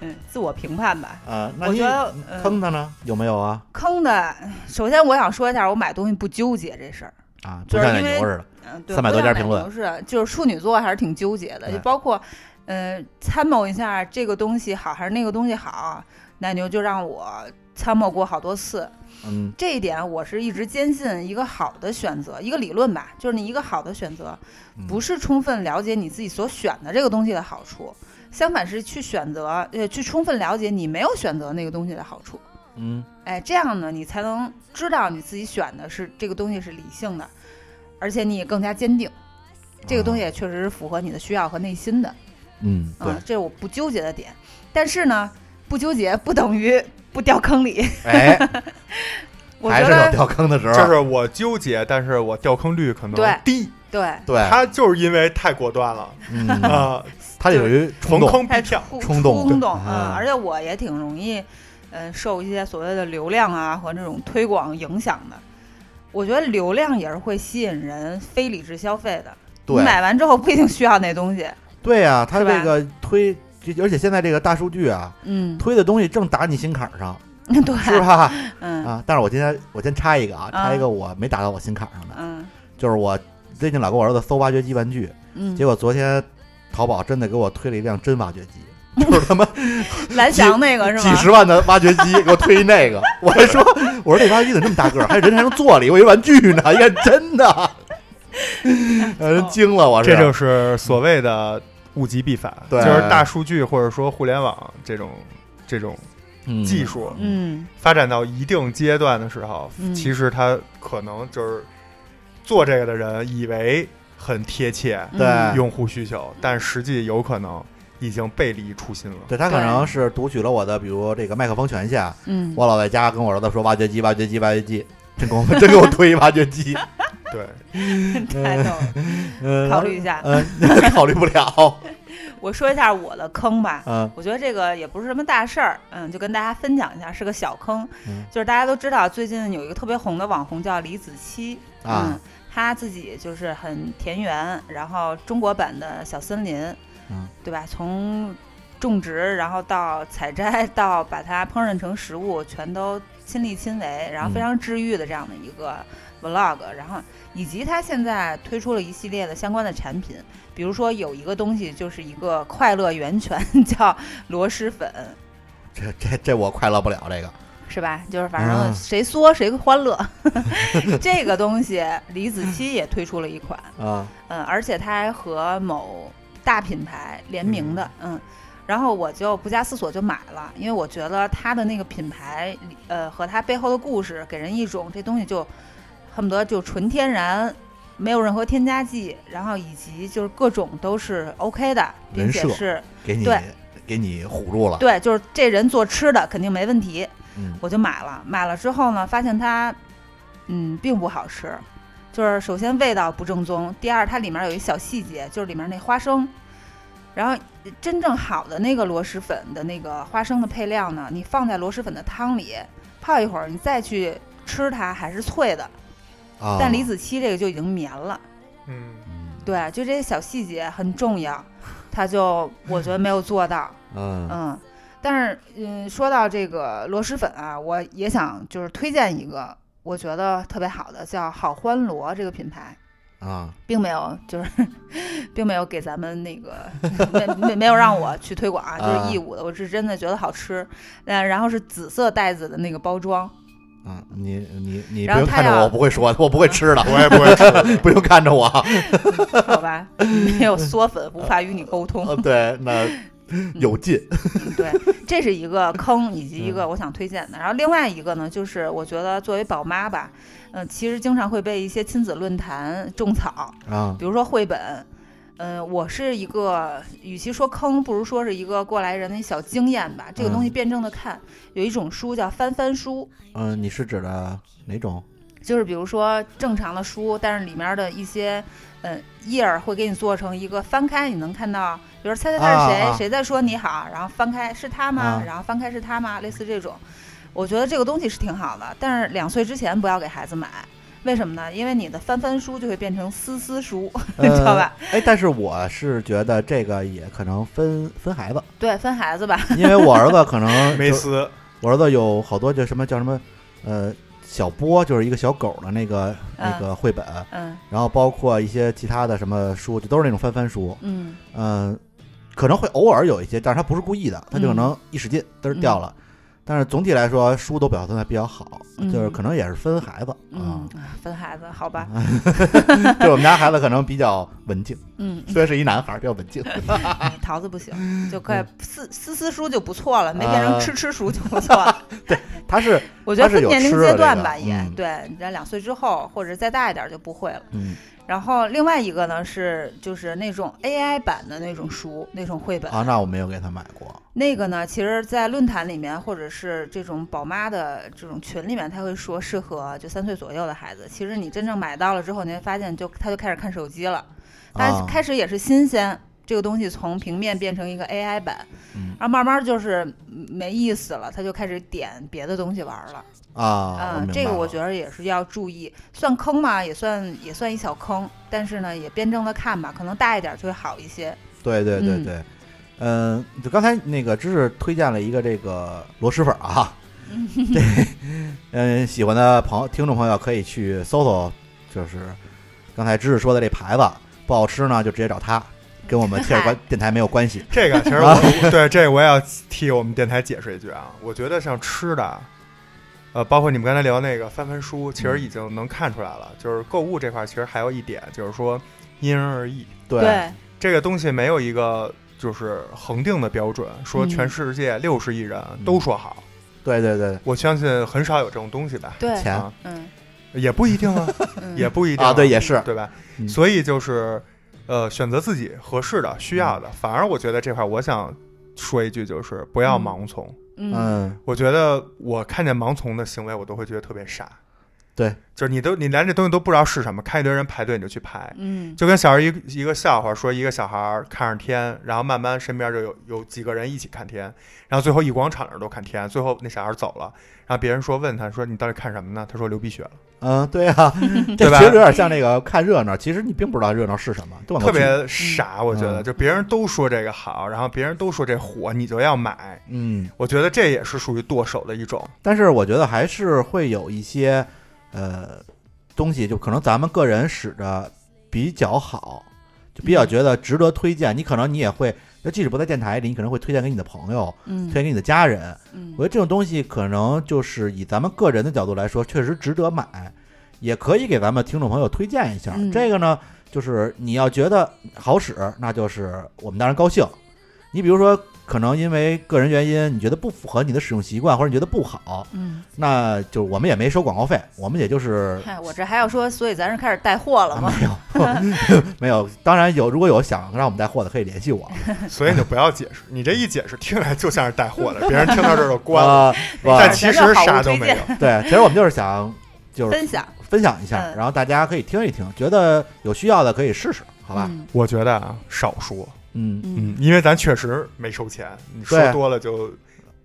C: 嗯， 自我评判吧。
A: 啊！那
C: 我
A: 你
C: 觉得嗯
A: 坑他呢？有没有啊？
C: 坑的，首先我想说一下，我买东西不纠结这事儿。
A: 啊，不
C: 就是
A: 像奶
C: 因为
A: 牛似的。
C: 嗯，对，
A: 300多家评论
C: 不是，就是处女座还是挺纠结的，
A: 对
C: 就包括，呃，参谋一下这个东西好还是那个东西好，奶牛就让我参谋过好多次。
A: 嗯
C: 这一点我是一直坚信，一个好的选择，一个理论吧，就是你一个好的选择，
A: 嗯
C: 不是充分了解你自己所选的这个东西的好处，相反是去选择，呃，去充分了解你没有选择那个东西的好处。
A: 嗯
C: 哎，这样呢，你才能知道你自己选的是这个东西是理性的，而且你也更加坚定。这个东西也确实是符合你的需要和内心的，
A: 嗯，对
C: 啊，，这是我不纠结的点。但是呢，不纠结不等于不掉坑里。
A: 哎，
C: 嗯 我
A: 还
C: 觉
A: 是有
C: 得
A: 掉坑的时候。
B: 就是我纠结，但是我掉坑率可
C: 对
B: 能低。
C: 对，
A: 对，
B: 他就是因为太果断了
A: 嗯，
B: 啊，
A: 他就属于冲
B: 逢
A: 动，
B: 坑必
C: 太
B: 跳。
A: 冲动
C: 动，冲
A: 对
C: 嗯
A: 啊，
C: 而且我也挺容易，呃，受一些所谓的流量啊和这种推广影响的。我觉得流量也是会吸引人非理智消费的。你
A: 对
C: 买完之后不一定需要那东西。
A: 对呀，他
C: 是吧
A: 这个推这而且现在这个大数据啊，
C: 嗯，
A: 推的东西正打你心坎儿上，
C: 对，
A: 是？吧？
C: 嗯
A: 啊，但是我今天我先插一个啊，
C: 啊
A: 插一个我没打到我心坎儿上的，
C: 嗯
A: 就是我最近老给我儿子搜挖掘机玩具，
C: 嗯，
A: 结果昨天淘宝真的给我推了一辆真挖掘机，就是他妈
C: 蓝翔那个是
A: 几
C: 吗？
A: 十万的挖掘机给我推那 个，我还说我说这挖掘机怎么这么大个儿，还人还能坐里，我以为玩具呢，一看真 的，让人惊了，我是
B: 这就是所谓的物极必反，
A: 对
B: 就是大数据或者说互联网这种这种技
A: 术，
B: 术
C: 嗯
B: 发展到一定阶段的时候，
C: 嗯
B: 其实它可能就是做这个的人以为很贴切
C: 嗯
A: 对
B: 用户需求，但实际有可能已经背离初心了。
A: 对他可能是读取了我的，比如这个麦克风权限，
C: 嗯，
A: 我老在家跟我儿子说挖掘机，挖掘机，挖掘机。真给我 真给我推挖掘机，
B: 对，
C: 太逗了。
A: 嗯，
C: 考虑一下
A: 嗯， 考虑不了，
C: 我说一下我的坑吧，
A: 嗯
C: 我觉得这个也不是什么大事儿，嗯，就跟大家分享一下，是个小坑。
A: 嗯
C: 就是大家都知道，最近有一个特别红的网红叫李子柒，
A: 啊
C: 嗯，她自己就是很田园，然后中国版的小森林，
A: 嗯
C: 对吧？从种植，然后到采摘，到把它烹饪成食物，全都亲力亲为，然后非
A: 嗯
C: 常治愈的这样的一个 vlog，、然后以及她现在推出了一系列的相关的产品，比如说有一个东西就是一个快乐源泉，叫螺蛳粉，
A: 这这这我快乐不了这个，
C: 是吧？就是反正
A: 啊
C: 谁作谁欢乐。 这个东西李子柒也推出了一款，
A: 啊，
C: 嗯，而且它还和某大品牌联名的，嗯。然后我就不加思索就买了，因为我觉得它的那个品牌，呃，和它背后的故事，给人一种这东西就恨不得就纯天然，没有任何添加剂，然后以及就是各种都是 OK 的，并
A: 人
C: 且
A: 设
C: 是
A: 给你
C: 对
A: 给你唬住了，
C: 对，就是这人做吃的肯定没问题，
A: 嗯
C: 我就买了。买了之后呢，发现它，嗯，并不好吃。就是首先味道不正宗，第二它里面有一小细节，就是里面那花生。然后真正好的那个螺蛳粉的那个花生的配料呢，你放在螺蛳粉的汤里泡一会儿，你再去吃它还是脆的。
A: 啊，
C: 但李子柒这个就已经绵了，
B: 嗯，
A: 嗯
C: 对，就这些小细节很重要，他就我觉得没有做到。
A: 嗯
C: 嗯，但是嗯，说到这个螺蛳粉啊，我也想就是推荐一个我觉得特别好的，叫好欢螺这个品牌，
A: 啊，
C: 并没有就是 并没有给咱们那个 没没没有让我去推广啊，就是义
A: 啊
C: 务的，我是真的觉得好吃。嗯，然后是紫色袋子的那个包装，
A: 啊，你你你
C: 然
A: 不
C: 后
A: 用
C: 他
A: 看着
C: 要
A: 我，我不会说的，我不会吃的，
B: 我也不会吃。
A: 不用看着我。
C: 好吧， 没有嗦粉，无法与你沟通。
A: 呃，对，那
C: 嗯
A: 有劲
C: 对，这是一个坑，以及一个我想推荐的。然后另外一个呢，就是我觉得作为宝妈吧，嗯、其实经常会被一些亲子论坛种草，
A: 啊
C: 比如说绘本。嗯、我是一个，与其说坑，不如说是一个过来人的小经验吧。这个东西
A: 嗯
C: 辩证的看，有一种书叫翻翻书，
A: 嗯，你是指的哪种？
C: 就是比如说正常的书，但是里面的一些，呃，页儿会给你做成一个翻开，你能看到，比如猜猜他是谁，
A: 啊啊
C: 谁在说你好，然后翻开是他吗？
A: 啊
C: 然后翻开是他吗？类似这种，我觉得这个东西是挺好的，但是两岁之前不要给孩子买，为什么呢？因为你的翻翻书就会变成撕撕书， 你知道吧？
A: 呃？哎，但是我是觉得这个也可能分分孩子，
C: 对，分孩子吧，
A: 因为我儿子可 能
B: 梅
A: 就
B: 斯，
A: 我儿子有好多就什么叫什么呃小波，就是一个小狗的那个那
C: 嗯
A: 个绘本，
C: 嗯
A: 然后包括一些其他的什么书，就都是那种翻翻书，
C: 嗯
A: 嗯，可能会偶尔有一些，但是他不是故意的，他就可
C: 嗯
A: 能一使劲嘚儿掉了。但是总体来说，书都表现的比较好，
C: 嗯
A: 就是可能也是分孩子啊
C: 嗯，，分孩子，好吧，
A: 就是我们家孩子可能比较文静，
C: 嗯，
A: 虽然是一男孩儿，比较文静。
C: 你桃子不行，就快
A: 嗯
C: 撕撕撕书就不错了，没变
A: 呃
C: 成吃吃书就不错了。
A: 他是
C: 我觉得分年龄阶段吧，
A: 它是
C: 也
A: 有吃的这个嗯
C: 对，你在两岁之后或者再大一点就不会了。
A: 嗯
C: 然后另外一个呢是就是那种 AI 版的那种书，那种绘本，
A: 啊，那我没有给他买过
C: 那个呢，其实，在论坛里面或者是这种宝妈的这种群里面，他会说适合就三岁左右的孩子。其实你真正买到了之后，你会发现就他就开始看手机了，他
A: 啊
C: 开始也是新鲜。这个东西从平面变成一个 AI 版，
A: 嗯
C: 然后慢慢就是没意思了，他就开始点别的东西玩了。
A: 啊。
C: 嗯，这个我觉
A: 得
C: 得也是要注意，算坑嘛，也算也算一小坑，但是呢，也辩证的看吧，可能大一点就会好一些。
A: 对对对
C: 嗯
A: 对，嗯，就刚才那个知识推荐了一个这个螺蛳粉儿啊，
C: 嗯
A: 这嗯喜欢的朋友听众朋友可以去搜搜，就是刚才知识说的这牌子不好吃呢，就直接找他，跟我们切尔关电台没有关系。
B: 这个其实我对这个我也要替我们电台解释一句啊，我觉得像吃的，呃，包括你们刚才聊那个翻翻书，其实已经能看出来了，就是购物这块儿其实还有一点就是说因人而异，
A: 对，
B: 这个东西没有一个就是恒定的标准，说全世界六十亿人都说好，
A: 对对对
B: 我相信很少有这种东西吧，
A: 对，
C: 对，
A: 钱
B: 啊，
C: 嗯，
B: 也不一定啊，
C: 嗯
B: 也不一定
A: 啊，对，也是，
B: 对吧？
A: 嗯
B: 所以就是，呃，选择自己合适的、需要的。反而我觉得这块，我想说一句，就是不要盲从。
C: 嗯
A: 嗯，
B: 我觉得我看见盲从的行为，我都会觉得特别傻。
A: 对，
B: 就是你都你连这东西都不知道是什么，看一堆人排队你就去排，
C: 嗯，
B: 就跟小时候一个一个笑话说，一个小孩儿看着天，然后慢慢身边就有有几个人一起看天，然后最后一广场人都看天，最后那小孩儿走了，然后别人说问他说你到底看什么呢？他说流鼻血了，
A: 嗯，对 啊，这
B: 对吧
A: 其实有点像那个看热闹，其实你并不知道热闹是什么，就往那
B: 特
A: 去
B: 别傻，我觉得
A: 嗯
B: 就别人都说这个好，然后别人都说这火，你就要买，
A: 嗯，
B: 我觉得这也是属于剁手的一种。
A: 但是我觉得还是会有一些呃东西，就可能咱们个人使的比较好，就比较觉得值得推荐。你可能你也会，就即使不在电台里，你可能会推荐给你的朋友，
C: 嗯
A: 推荐给你的家人。
C: 嗯
A: 我觉得这种东西可能就是以咱们个人的角度来说，确实值得买，也可以给咱们听众朋友推荐一下。
C: 嗯
A: 这个呢，就是你要觉得好使，那就是我们当然高兴。你比如说，可能因为个人原因，你觉得不符合你的使用习惯，或者你觉得不好，
C: 嗯，
A: 那就我们也没收广告费，我们也就是
C: 嗨，我这还要说，所以咱是开始带货 了吗？
A: 没有 没有。当然有，如果有想让我们带货的，可以联系我。
B: 所以你就不要解释，你这一解释听起来就像是带货的，别人听到这儿就关了。
A: 啊，我
B: 但其实啥都没有，
A: 对，其实我们就是想就是
C: 分享，
A: 分享一下，
C: 嗯
A: 然后大家可以听一听，觉得有需要的可以试试，好吧？
C: 嗯
B: 我觉得啊，少说，
A: 嗯，
B: 嗯，因为咱确实没收钱，你说
A: 对
B: 多了就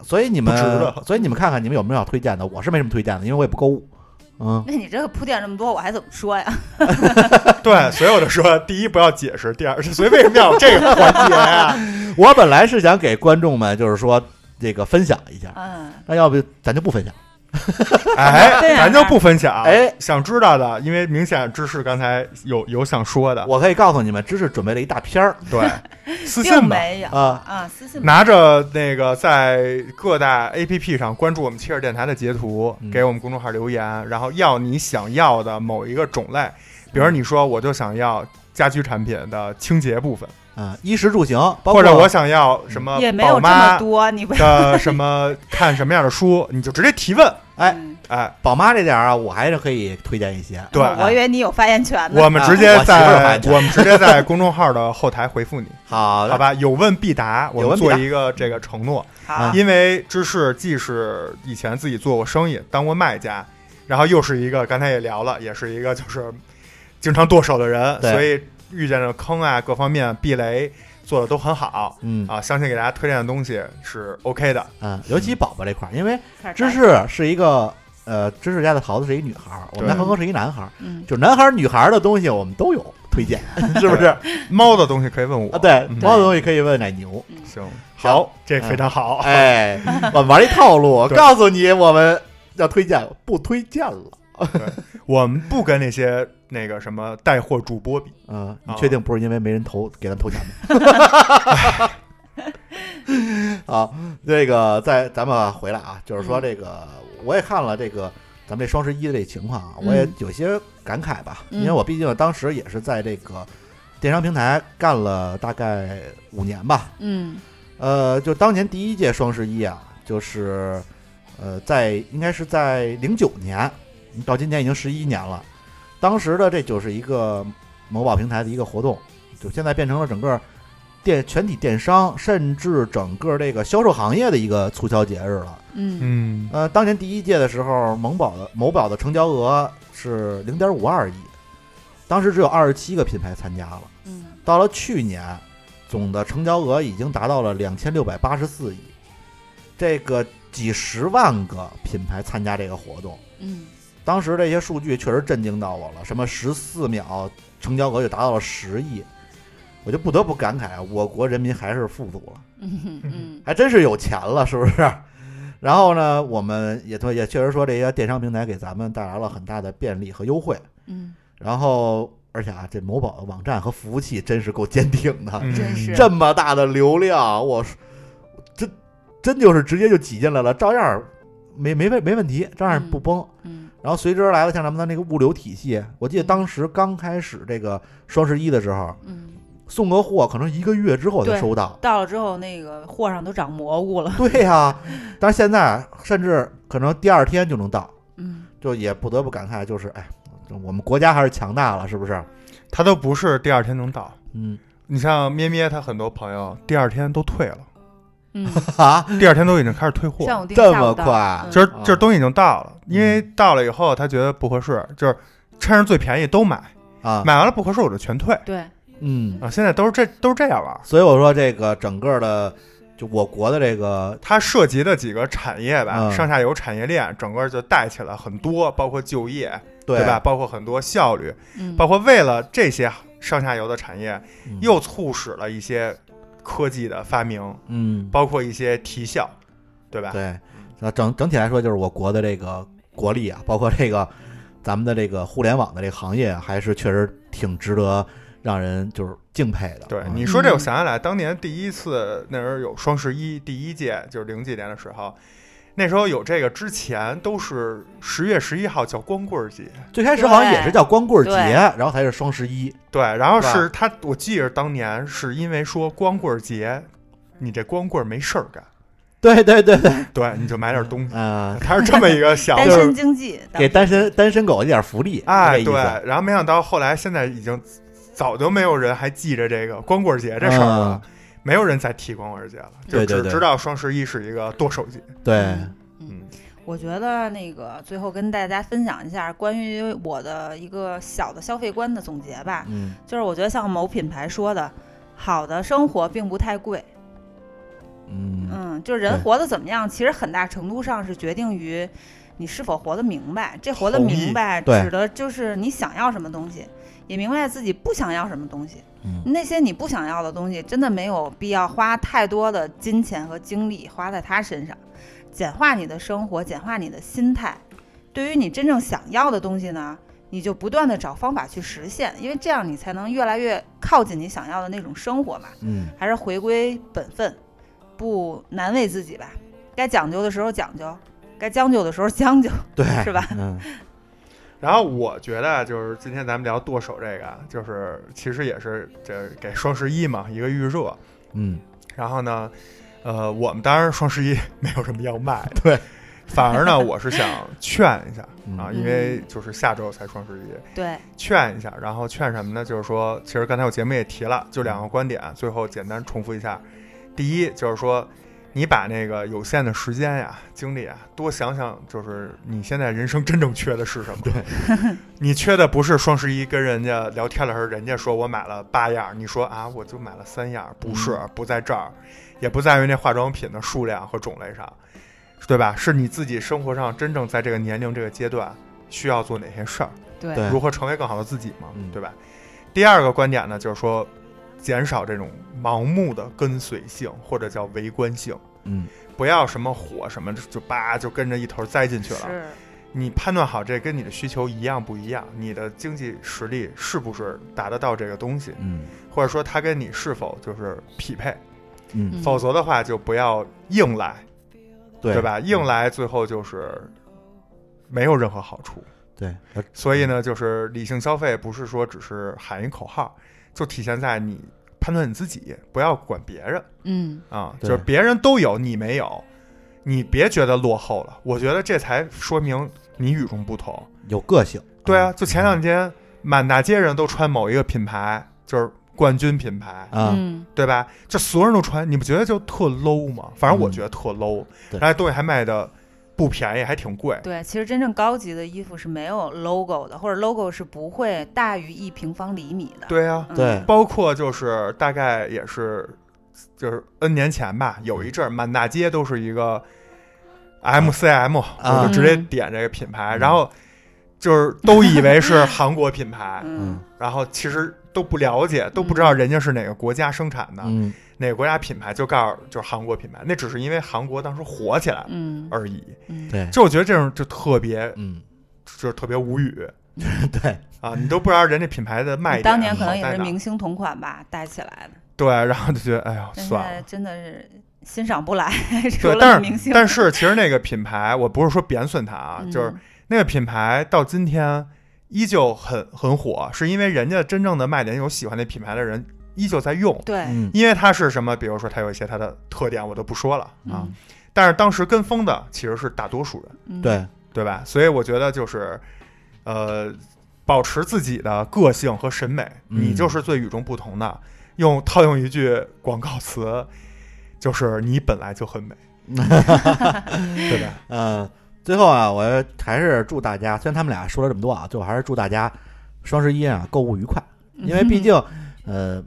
A: 所以你
B: 不值
A: 们
B: 得，
A: 所以你们看看你们有没有要推荐的？我是没什么推荐的，因为我也不购物。嗯，
C: 那你这个铺垫这么多，我还怎么说呀？
B: 对，所以我就说，第一不要解释，第二， 所以为什么要有这个环节啊？
A: 我本来是想给观众们就是说这个分享一下，
C: 嗯，
A: 那要不咱就不分享？
C: 对
B: 哎，
C: 啊
B: 咱就不分享。
A: 哎，
B: 想知道的，因为明显知识刚才有有想说的，
A: 我可以告诉你们，知识准备了一大片儿
B: 对，私
C: 并
B: 信吧。
C: 没有
A: 啊，
C: 啊，私信吧
B: 拿着那个在各大 APP 上关注我们切尔电台的截图
A: 嗯，
B: 给我们公众号留言，然后要你想要的某一个种类，比如你说我就想要家居产品的清洁部分，
A: 啊，衣食住行，包括
B: 或者我想要什么
C: 也没
B: 宝
C: 有这么
B: 妈
C: 多，你不
B: 的什么看什么样的书，你就直接提问。
A: 哎
C: 嗯
B: 哎，
A: 宝妈这点儿啊，我还是可以推荐一些。
B: 对，
C: 我以为你有发言权呢。
B: 我们直接
A: 啊我媳妇儿
B: 在
A: 完全
B: 我们直接在公众号的后台回复你，
A: 好的
B: 好，吧？有问必答，我
A: 有问
B: 们
A: 必
B: 做
A: 答
B: 一个这个承诺。
A: 啊
C: 好，
B: 因为芝士既是以前自己做过生意，当过卖家，然后又是一个刚才也聊了，也是一个就是经常剁手的人，
A: 对
B: 所以遇见了坑啊，各方面避雷做的都很好
A: 嗯
B: 啊。相信给大家推荐的东西是 OK 的，
A: 嗯，尤其宝宝这块儿，因为
C: 开始
A: 芝士是一个呃，芝士家的桃子是一女孩儿，我们家
B: 对
A: 恒恒是一男孩儿，
C: 嗯，
A: 就男孩儿女孩儿的东西我们都有推 荐，是不是？
B: 猫的东西可以问我
A: 啊，对，
B: 嗯
A: 猫的东西可以问奶牛。
B: 行，好，这非常好。
A: 哎，我玩一套路，我
B: 对
A: 告诉你，我们要推荐不推荐了。
B: 我们不跟那些那个什么带货主播比，
A: 嗯，你
B: 啊
A: 确定不是因为没人投给咱投钱吗？ 好，这个在咱们回来啊，就是
C: 嗯
A: 说这个我也看了这个咱们这双十一的这情况啊，我也
C: 嗯
A: 有些感慨吧，
C: 嗯
A: 因为我毕竟当时也是在这个电商平台干了大概五年吧，
C: 嗯
A: 呃，就当年第一届双十一啊，就是呃，在应该是在零九年，到今年已经十一年了。当时的这就是一个某宝平台的一个活动，就现在变成了整个电全体电商，甚至整个这个销售行业的一个促销节日了。
C: 嗯
B: 嗯，
A: 呃，当年第一届的时候，某宝的某宝的成交额是零点五二亿，当时只有二十七个品牌参加了。
C: 嗯，
A: 到了去年，总的成交额已经达到了两千六百八十四亿，这个几十万个品牌参加这个活动。
C: 嗯
A: 当时这些数据确实震惊到我了，什么十四秒成交额就达到了十亿，我就不得不感慨，啊我国人民还是富足了，
C: 嗯嗯
A: 还真是有钱了，是不是？ 然后呢，我们也也确实说，这些电商平台给咱们带来了很大的便利和优惠。
C: 嗯，
A: 然后，而且啊，这某宝的网站和服务器真是够坚挺的，
B: 嗯
C: 真是
A: 这么大的流量，我说这真就是直接就挤进来了，照样儿没没问没问题，照样儿不崩。
C: 嗯
A: 然后随之而来的像咱们的那个物流体系，我记得当时刚开始这个双十一的时候，
C: 嗯，
A: 送个货可能一个月之后才
C: 对
A: 收到。
C: 到了之后那个货上都长蘑菇了，
A: 对呀、但是现在甚至可能第二天就能到，
C: 嗯
A: 就也不得不感慨，就是哎，这我们国家还是强大了，是不是？
B: 他都不是第二天能到。
A: 嗯，
B: 你像咩咩，他很多朋友第二天都退了，
C: 嗯，
A: 啊，
B: 第二天都已经开始退 货，
C: 上午定
A: 这
C: 下
A: 么
C: 午到
A: 快
C: 嗯
B: 就是就是东西已经到了，因为
A: 嗯
B: 到了以后他觉得不合适，就是趁着最便宜都买，
A: 啊，
B: 买完了不合适我就全退
C: 对，
A: 嗯，
B: 啊。现在都是这都是这样玩儿。
A: 所以我说这个整个的，就我国的这个
B: 它涉及的几个产业吧，
A: 嗯
B: 上下游产业链整个就带起来很多，包括就业，
A: 对
B: 吧？？包括很多效率，
C: 嗯，
B: 包括为了这些上下游的产业，
A: 嗯
B: 又促使了一些科技的发明，
A: 嗯，
B: 包括一些提效，对吧？
A: 对，那整整体来说，就是我国的这个国力啊，包括这个咱们的这个互联网的这个行业啊，还是确实挺值得让人就是敬佩的。
B: 对，
A: 嗯
B: 你说这，我
C: 嗯
B: 想起来，当年第一次那时候有双十一，第一届就是零几年的时候，那时候有这个之前都是十月十一号叫光棍节，
A: 最开始好像也是叫光棍节，
C: 对
A: 然后才是双十一。
B: 对，然后
A: 是吧
B: 是他，我记着当年是因为说光棍节，你这光棍没事儿干，
A: 对对对 对，
B: 对，你就买点东西，
A: 嗯、
B: 他是这么一个想
C: 单
B: 法。
C: 身经济，
A: 给单身单身狗一点福利，
B: 哎，
A: 是这
B: 对
A: 意思，，
B: 然后没想到后来现在已经早就没有人还记着这个光棍节这事儿了，没有人再提光棍节了，就
A: 嗯对对
B: 只
A: 对
B: 知道双十一是一个剁手节。
A: 对，
C: 嗯
B: 嗯，
C: 我觉得那个最后跟大家分享一下关于我的一个小的消费观的总结吧，
A: 嗯，
C: 就是我觉得像某品牌说的，好的生活并不太贵，
A: 嗯，
C: 嗯，就是
A: 对
C: 人活得怎么样，其实很大程度上是决定于你是否活得明白。这活得
B: 同意
C: 明白，
A: 对
C: 指的就是你想要什么东西，也明白自己不想要什么东西。
A: 嗯
C: 那些你不想要的东西，真的没有必要花太多的金钱和精力花在它身上，简化你的生活，简化你的心态。对于你真正想要的东西呢，你就不断的找方法去实现，因为这样你才能越来越靠近你想要的那种生活嘛。
A: 嗯，
C: 还是回归本分，不难为自己吧。该讲究的时候讲究，该将就的时候将就，
A: 对，
C: 是吧？
A: 嗯，
B: 然后我觉得就是今天咱们聊剁手这个，就是其实也是这给双十一嘛一个预热。
A: 嗯，
B: 然后呢，呃，我们当然双十一没有什么要卖的，
A: 对，
B: 反而呢，我是想劝一下啊，
A: 嗯
B: 因为就是下周才双十一，
C: 对，
B: 劝一下，然后劝什么呢？就是说，其实刚才我节目也提了，就两个观点，最后简单重复一下。第一就是说，你把那个有限的时间呀、精力啊，多想想，就是你现在人生真正缺的是什么？对，你缺的不是双十一跟人家聊天的时候，人家说我买了八样，你说啊我就买了三样，不是，不在这儿，也不在于那化妆品的数量和种类上，对吧？是你自己生活上真正在这个年龄这个阶段需要做哪些事儿。
C: 对
A: 对
B: 如何成为更好的自己嘛，
A: 嗯
B: 对吧？第二个观点呢，就是说减少这种盲目的跟随性或者叫围观性，
A: 嗯，
B: 不要什么火什么就就叭就跟着一头栽进去了。
C: 是，
B: 你判断好这跟你的需求一样不一样，你的经济实力是不是达得到这个东西，
A: 嗯，
B: 或者说它跟你是否就是匹配，
A: 嗯，
B: 否则的话就不要硬来，
A: 对，嗯
B: 吧？硬来最后就是没有任何好处。
A: 对，
B: 所以呢，就是理性消费不是说只是喊一口号，就体现在你判断你自己，不要管别人
C: 嗯，
B: 啊，就
A: 对
B: 是别人都有你没有，你别觉得落后了。我觉得这才说明你与众不同。
A: 有个性，嗯
B: 对啊，就前两天满大街人都穿某一个品牌，就是冠军品牌，
A: 啊，
C: 嗯，
B: 对吧？这所有人都穿，你不觉得就特 low 吗？反正我
A: 嗯
B: 觉得特 low，、
A: 对
B: 然后东西还卖的不便宜，还挺贵。
C: 对，其实真正高级的衣服是没有 logo 的，或者 logo 是不会大于一平方厘米的。
B: 对啊，
C: 嗯，
A: 对，
B: 包括就是大概也是就是 N 年前吧，有一
C: 嗯
B: 阵儿满大街都是一个
C: 啊
B: MCM，、我就直接点这个品牌，
A: 嗯
B: 然后就是都以为是韩国品牌，
C: 嗯
A: 嗯，
B: 然后其实都不了解，都不知道人家是哪个国家生产的，
A: 嗯，
B: 哪个国家品牌，就告诉就是韩国品牌，那只是因为韩国当时火起来
C: 嗯
B: 而已。
C: 嗯，
A: 对，
B: 就我觉得这种就特别，
A: 嗯，
B: 就是特别无语
A: 对，
B: 啊！你都不知道人家品牌的卖点，
C: 当年可能也
B: 好在
C: 是
B: 哪
C: 明星同款吧带起来的，
B: 对，然后就觉得哎呀，
C: 现
B: 算
C: 在
B: 了。
C: 真的是欣赏不来， 除
B: 对，
C: 了
B: 但
C: 明
B: 是
C: 星，
B: 但是其实那个品牌，我不是说贬损它啊，
C: 嗯
B: 就是那个品牌到今天依旧很很火，是因为人家真正的卖点有喜欢那品牌的人依旧在用，
C: 对，
A: 嗯
B: 因为它是什么？比如说它有一些它的特点，我都不说了。
A: 啊，
B: 但是当时跟风的其实是大多数人，
C: 嗯，
A: 对，
B: 对吧？所以我觉得就是，呃，保持自己的个性和审美，
A: 嗯
B: 你就是最与众不同的。用套用一句广告词，就是你本来就很美，对吧？
A: 嗯，最后啊，我还是祝大家，虽然他们俩说了这么多啊，最后还是祝大家双十一啊购物愉快，
C: 嗯
A: 因为毕 竟，呃，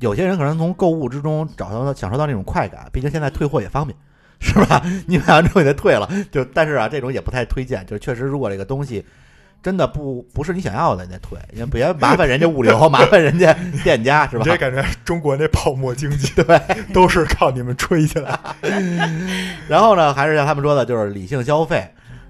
A: 有些人可能从购物之中找到享受到那种快感，毕竟现在退货也方便。 是吧？你买完之后给它退了，就但是啊，这种也不太推荐。就是确实，如果这个东西真的不不是你想要的，你得退，也别麻烦人家物流， 麻烦人家店家，是吧
B: 你？这感觉中国那泡沫经济， 对，都是靠你们吹起来。
A: 然后呢，还是像他们说的，就是理性消费。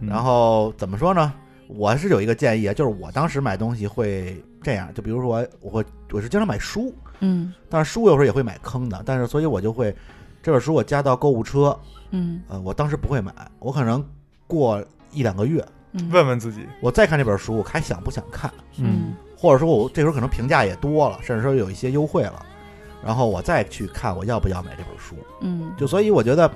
B: 嗯
A: 然后怎么说呢？我是有一个建议啊，就是我当时买东西会这样，就比如说我我我是经常买书，
C: 嗯
A: 但是书有时候也会买坑的，但是所以我就会这本书我加到购物车，
C: 嗯
A: 呃，我当时不会买，我可能过一两个月，
C: 嗯，
B: 问问自己，
A: 我再看这本书，我还想不想看？
C: 嗯
A: 或者说我这时候可能评价也多了，甚至说有一些优惠了，然后我再去看我要不要买这本书。
C: 嗯
A: 就所以我觉得，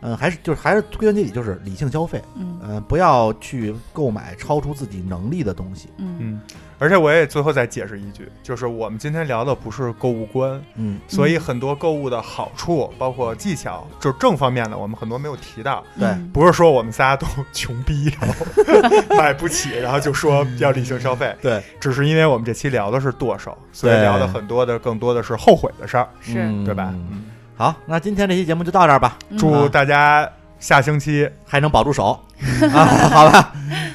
A: 嗯、还是就是还是归根结底就是理性消费，
C: 嗯
A: 嗯，不要去购买超出自己能力的东西。
C: 嗯
B: 嗯。而且我也最后再解释一句，就是我们今天聊的不是购物观，
A: 嗯
B: 所以很多购物的好处，包括技巧，就是正方面的，我们很多没有提到。
A: 对
C: 嗯
B: 不是说我们仨都穷 逼，然后 买不起，然后就说要理性消费，，
A: 对，
B: 嗯只是因为我们这期聊的是剁手，所以
A: 对
B: 聊的很多的更多的是后悔的事儿，
C: 是，
B: 对吧？
A: 嗯好，那今天这期节目就到这儿吧，
C: 嗯
B: 祝大家下星期，
A: 还能保住手啊，好吧？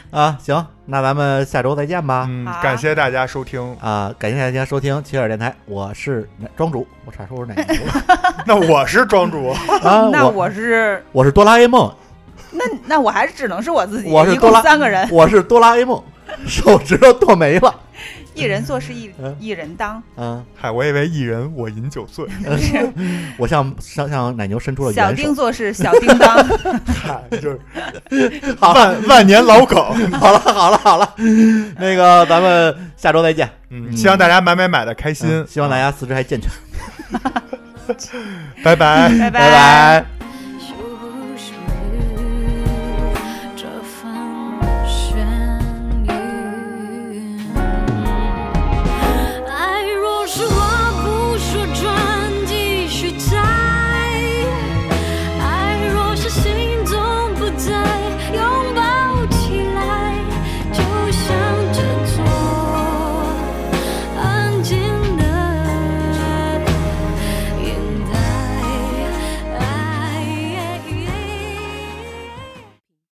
A: 啊，行，那咱们下周再见吧。
B: 嗯
C: 好，
B: 感谢大家收听。
A: 啊，感谢大家收听切尔电台，我是哪庄主，我差说我是哪个主了
B: 那我是庄主，
A: 啊？
C: 那
A: 我
C: 我是
A: 我是哆啦 A 梦，
C: 那我还是只能是我自己，
A: 我是
C: 一共
A: 哆啦
C: 三个人，
A: 我是哆啦 A 梦，手指头剁没了。
C: 一人做事一
A: 嗯
C: 一人当，
A: 嗯，
B: 嗨，我以为一人我饮酒醉，
C: 是
A: 我向向向奶牛伸出了
C: 小
A: 援
C: 丁
A: 手。
C: 做事小叮当，
B: 嗨，就是
A: 好了，
B: 万万年老梗。
A: 好了，好了，好了，那个咱们下周再见。
B: 嗯，希望大家买买买的开心
A: 嗯，希望大家四肢还健全。
B: 拜拜。
A: 拜
C: 拜
A: 拜。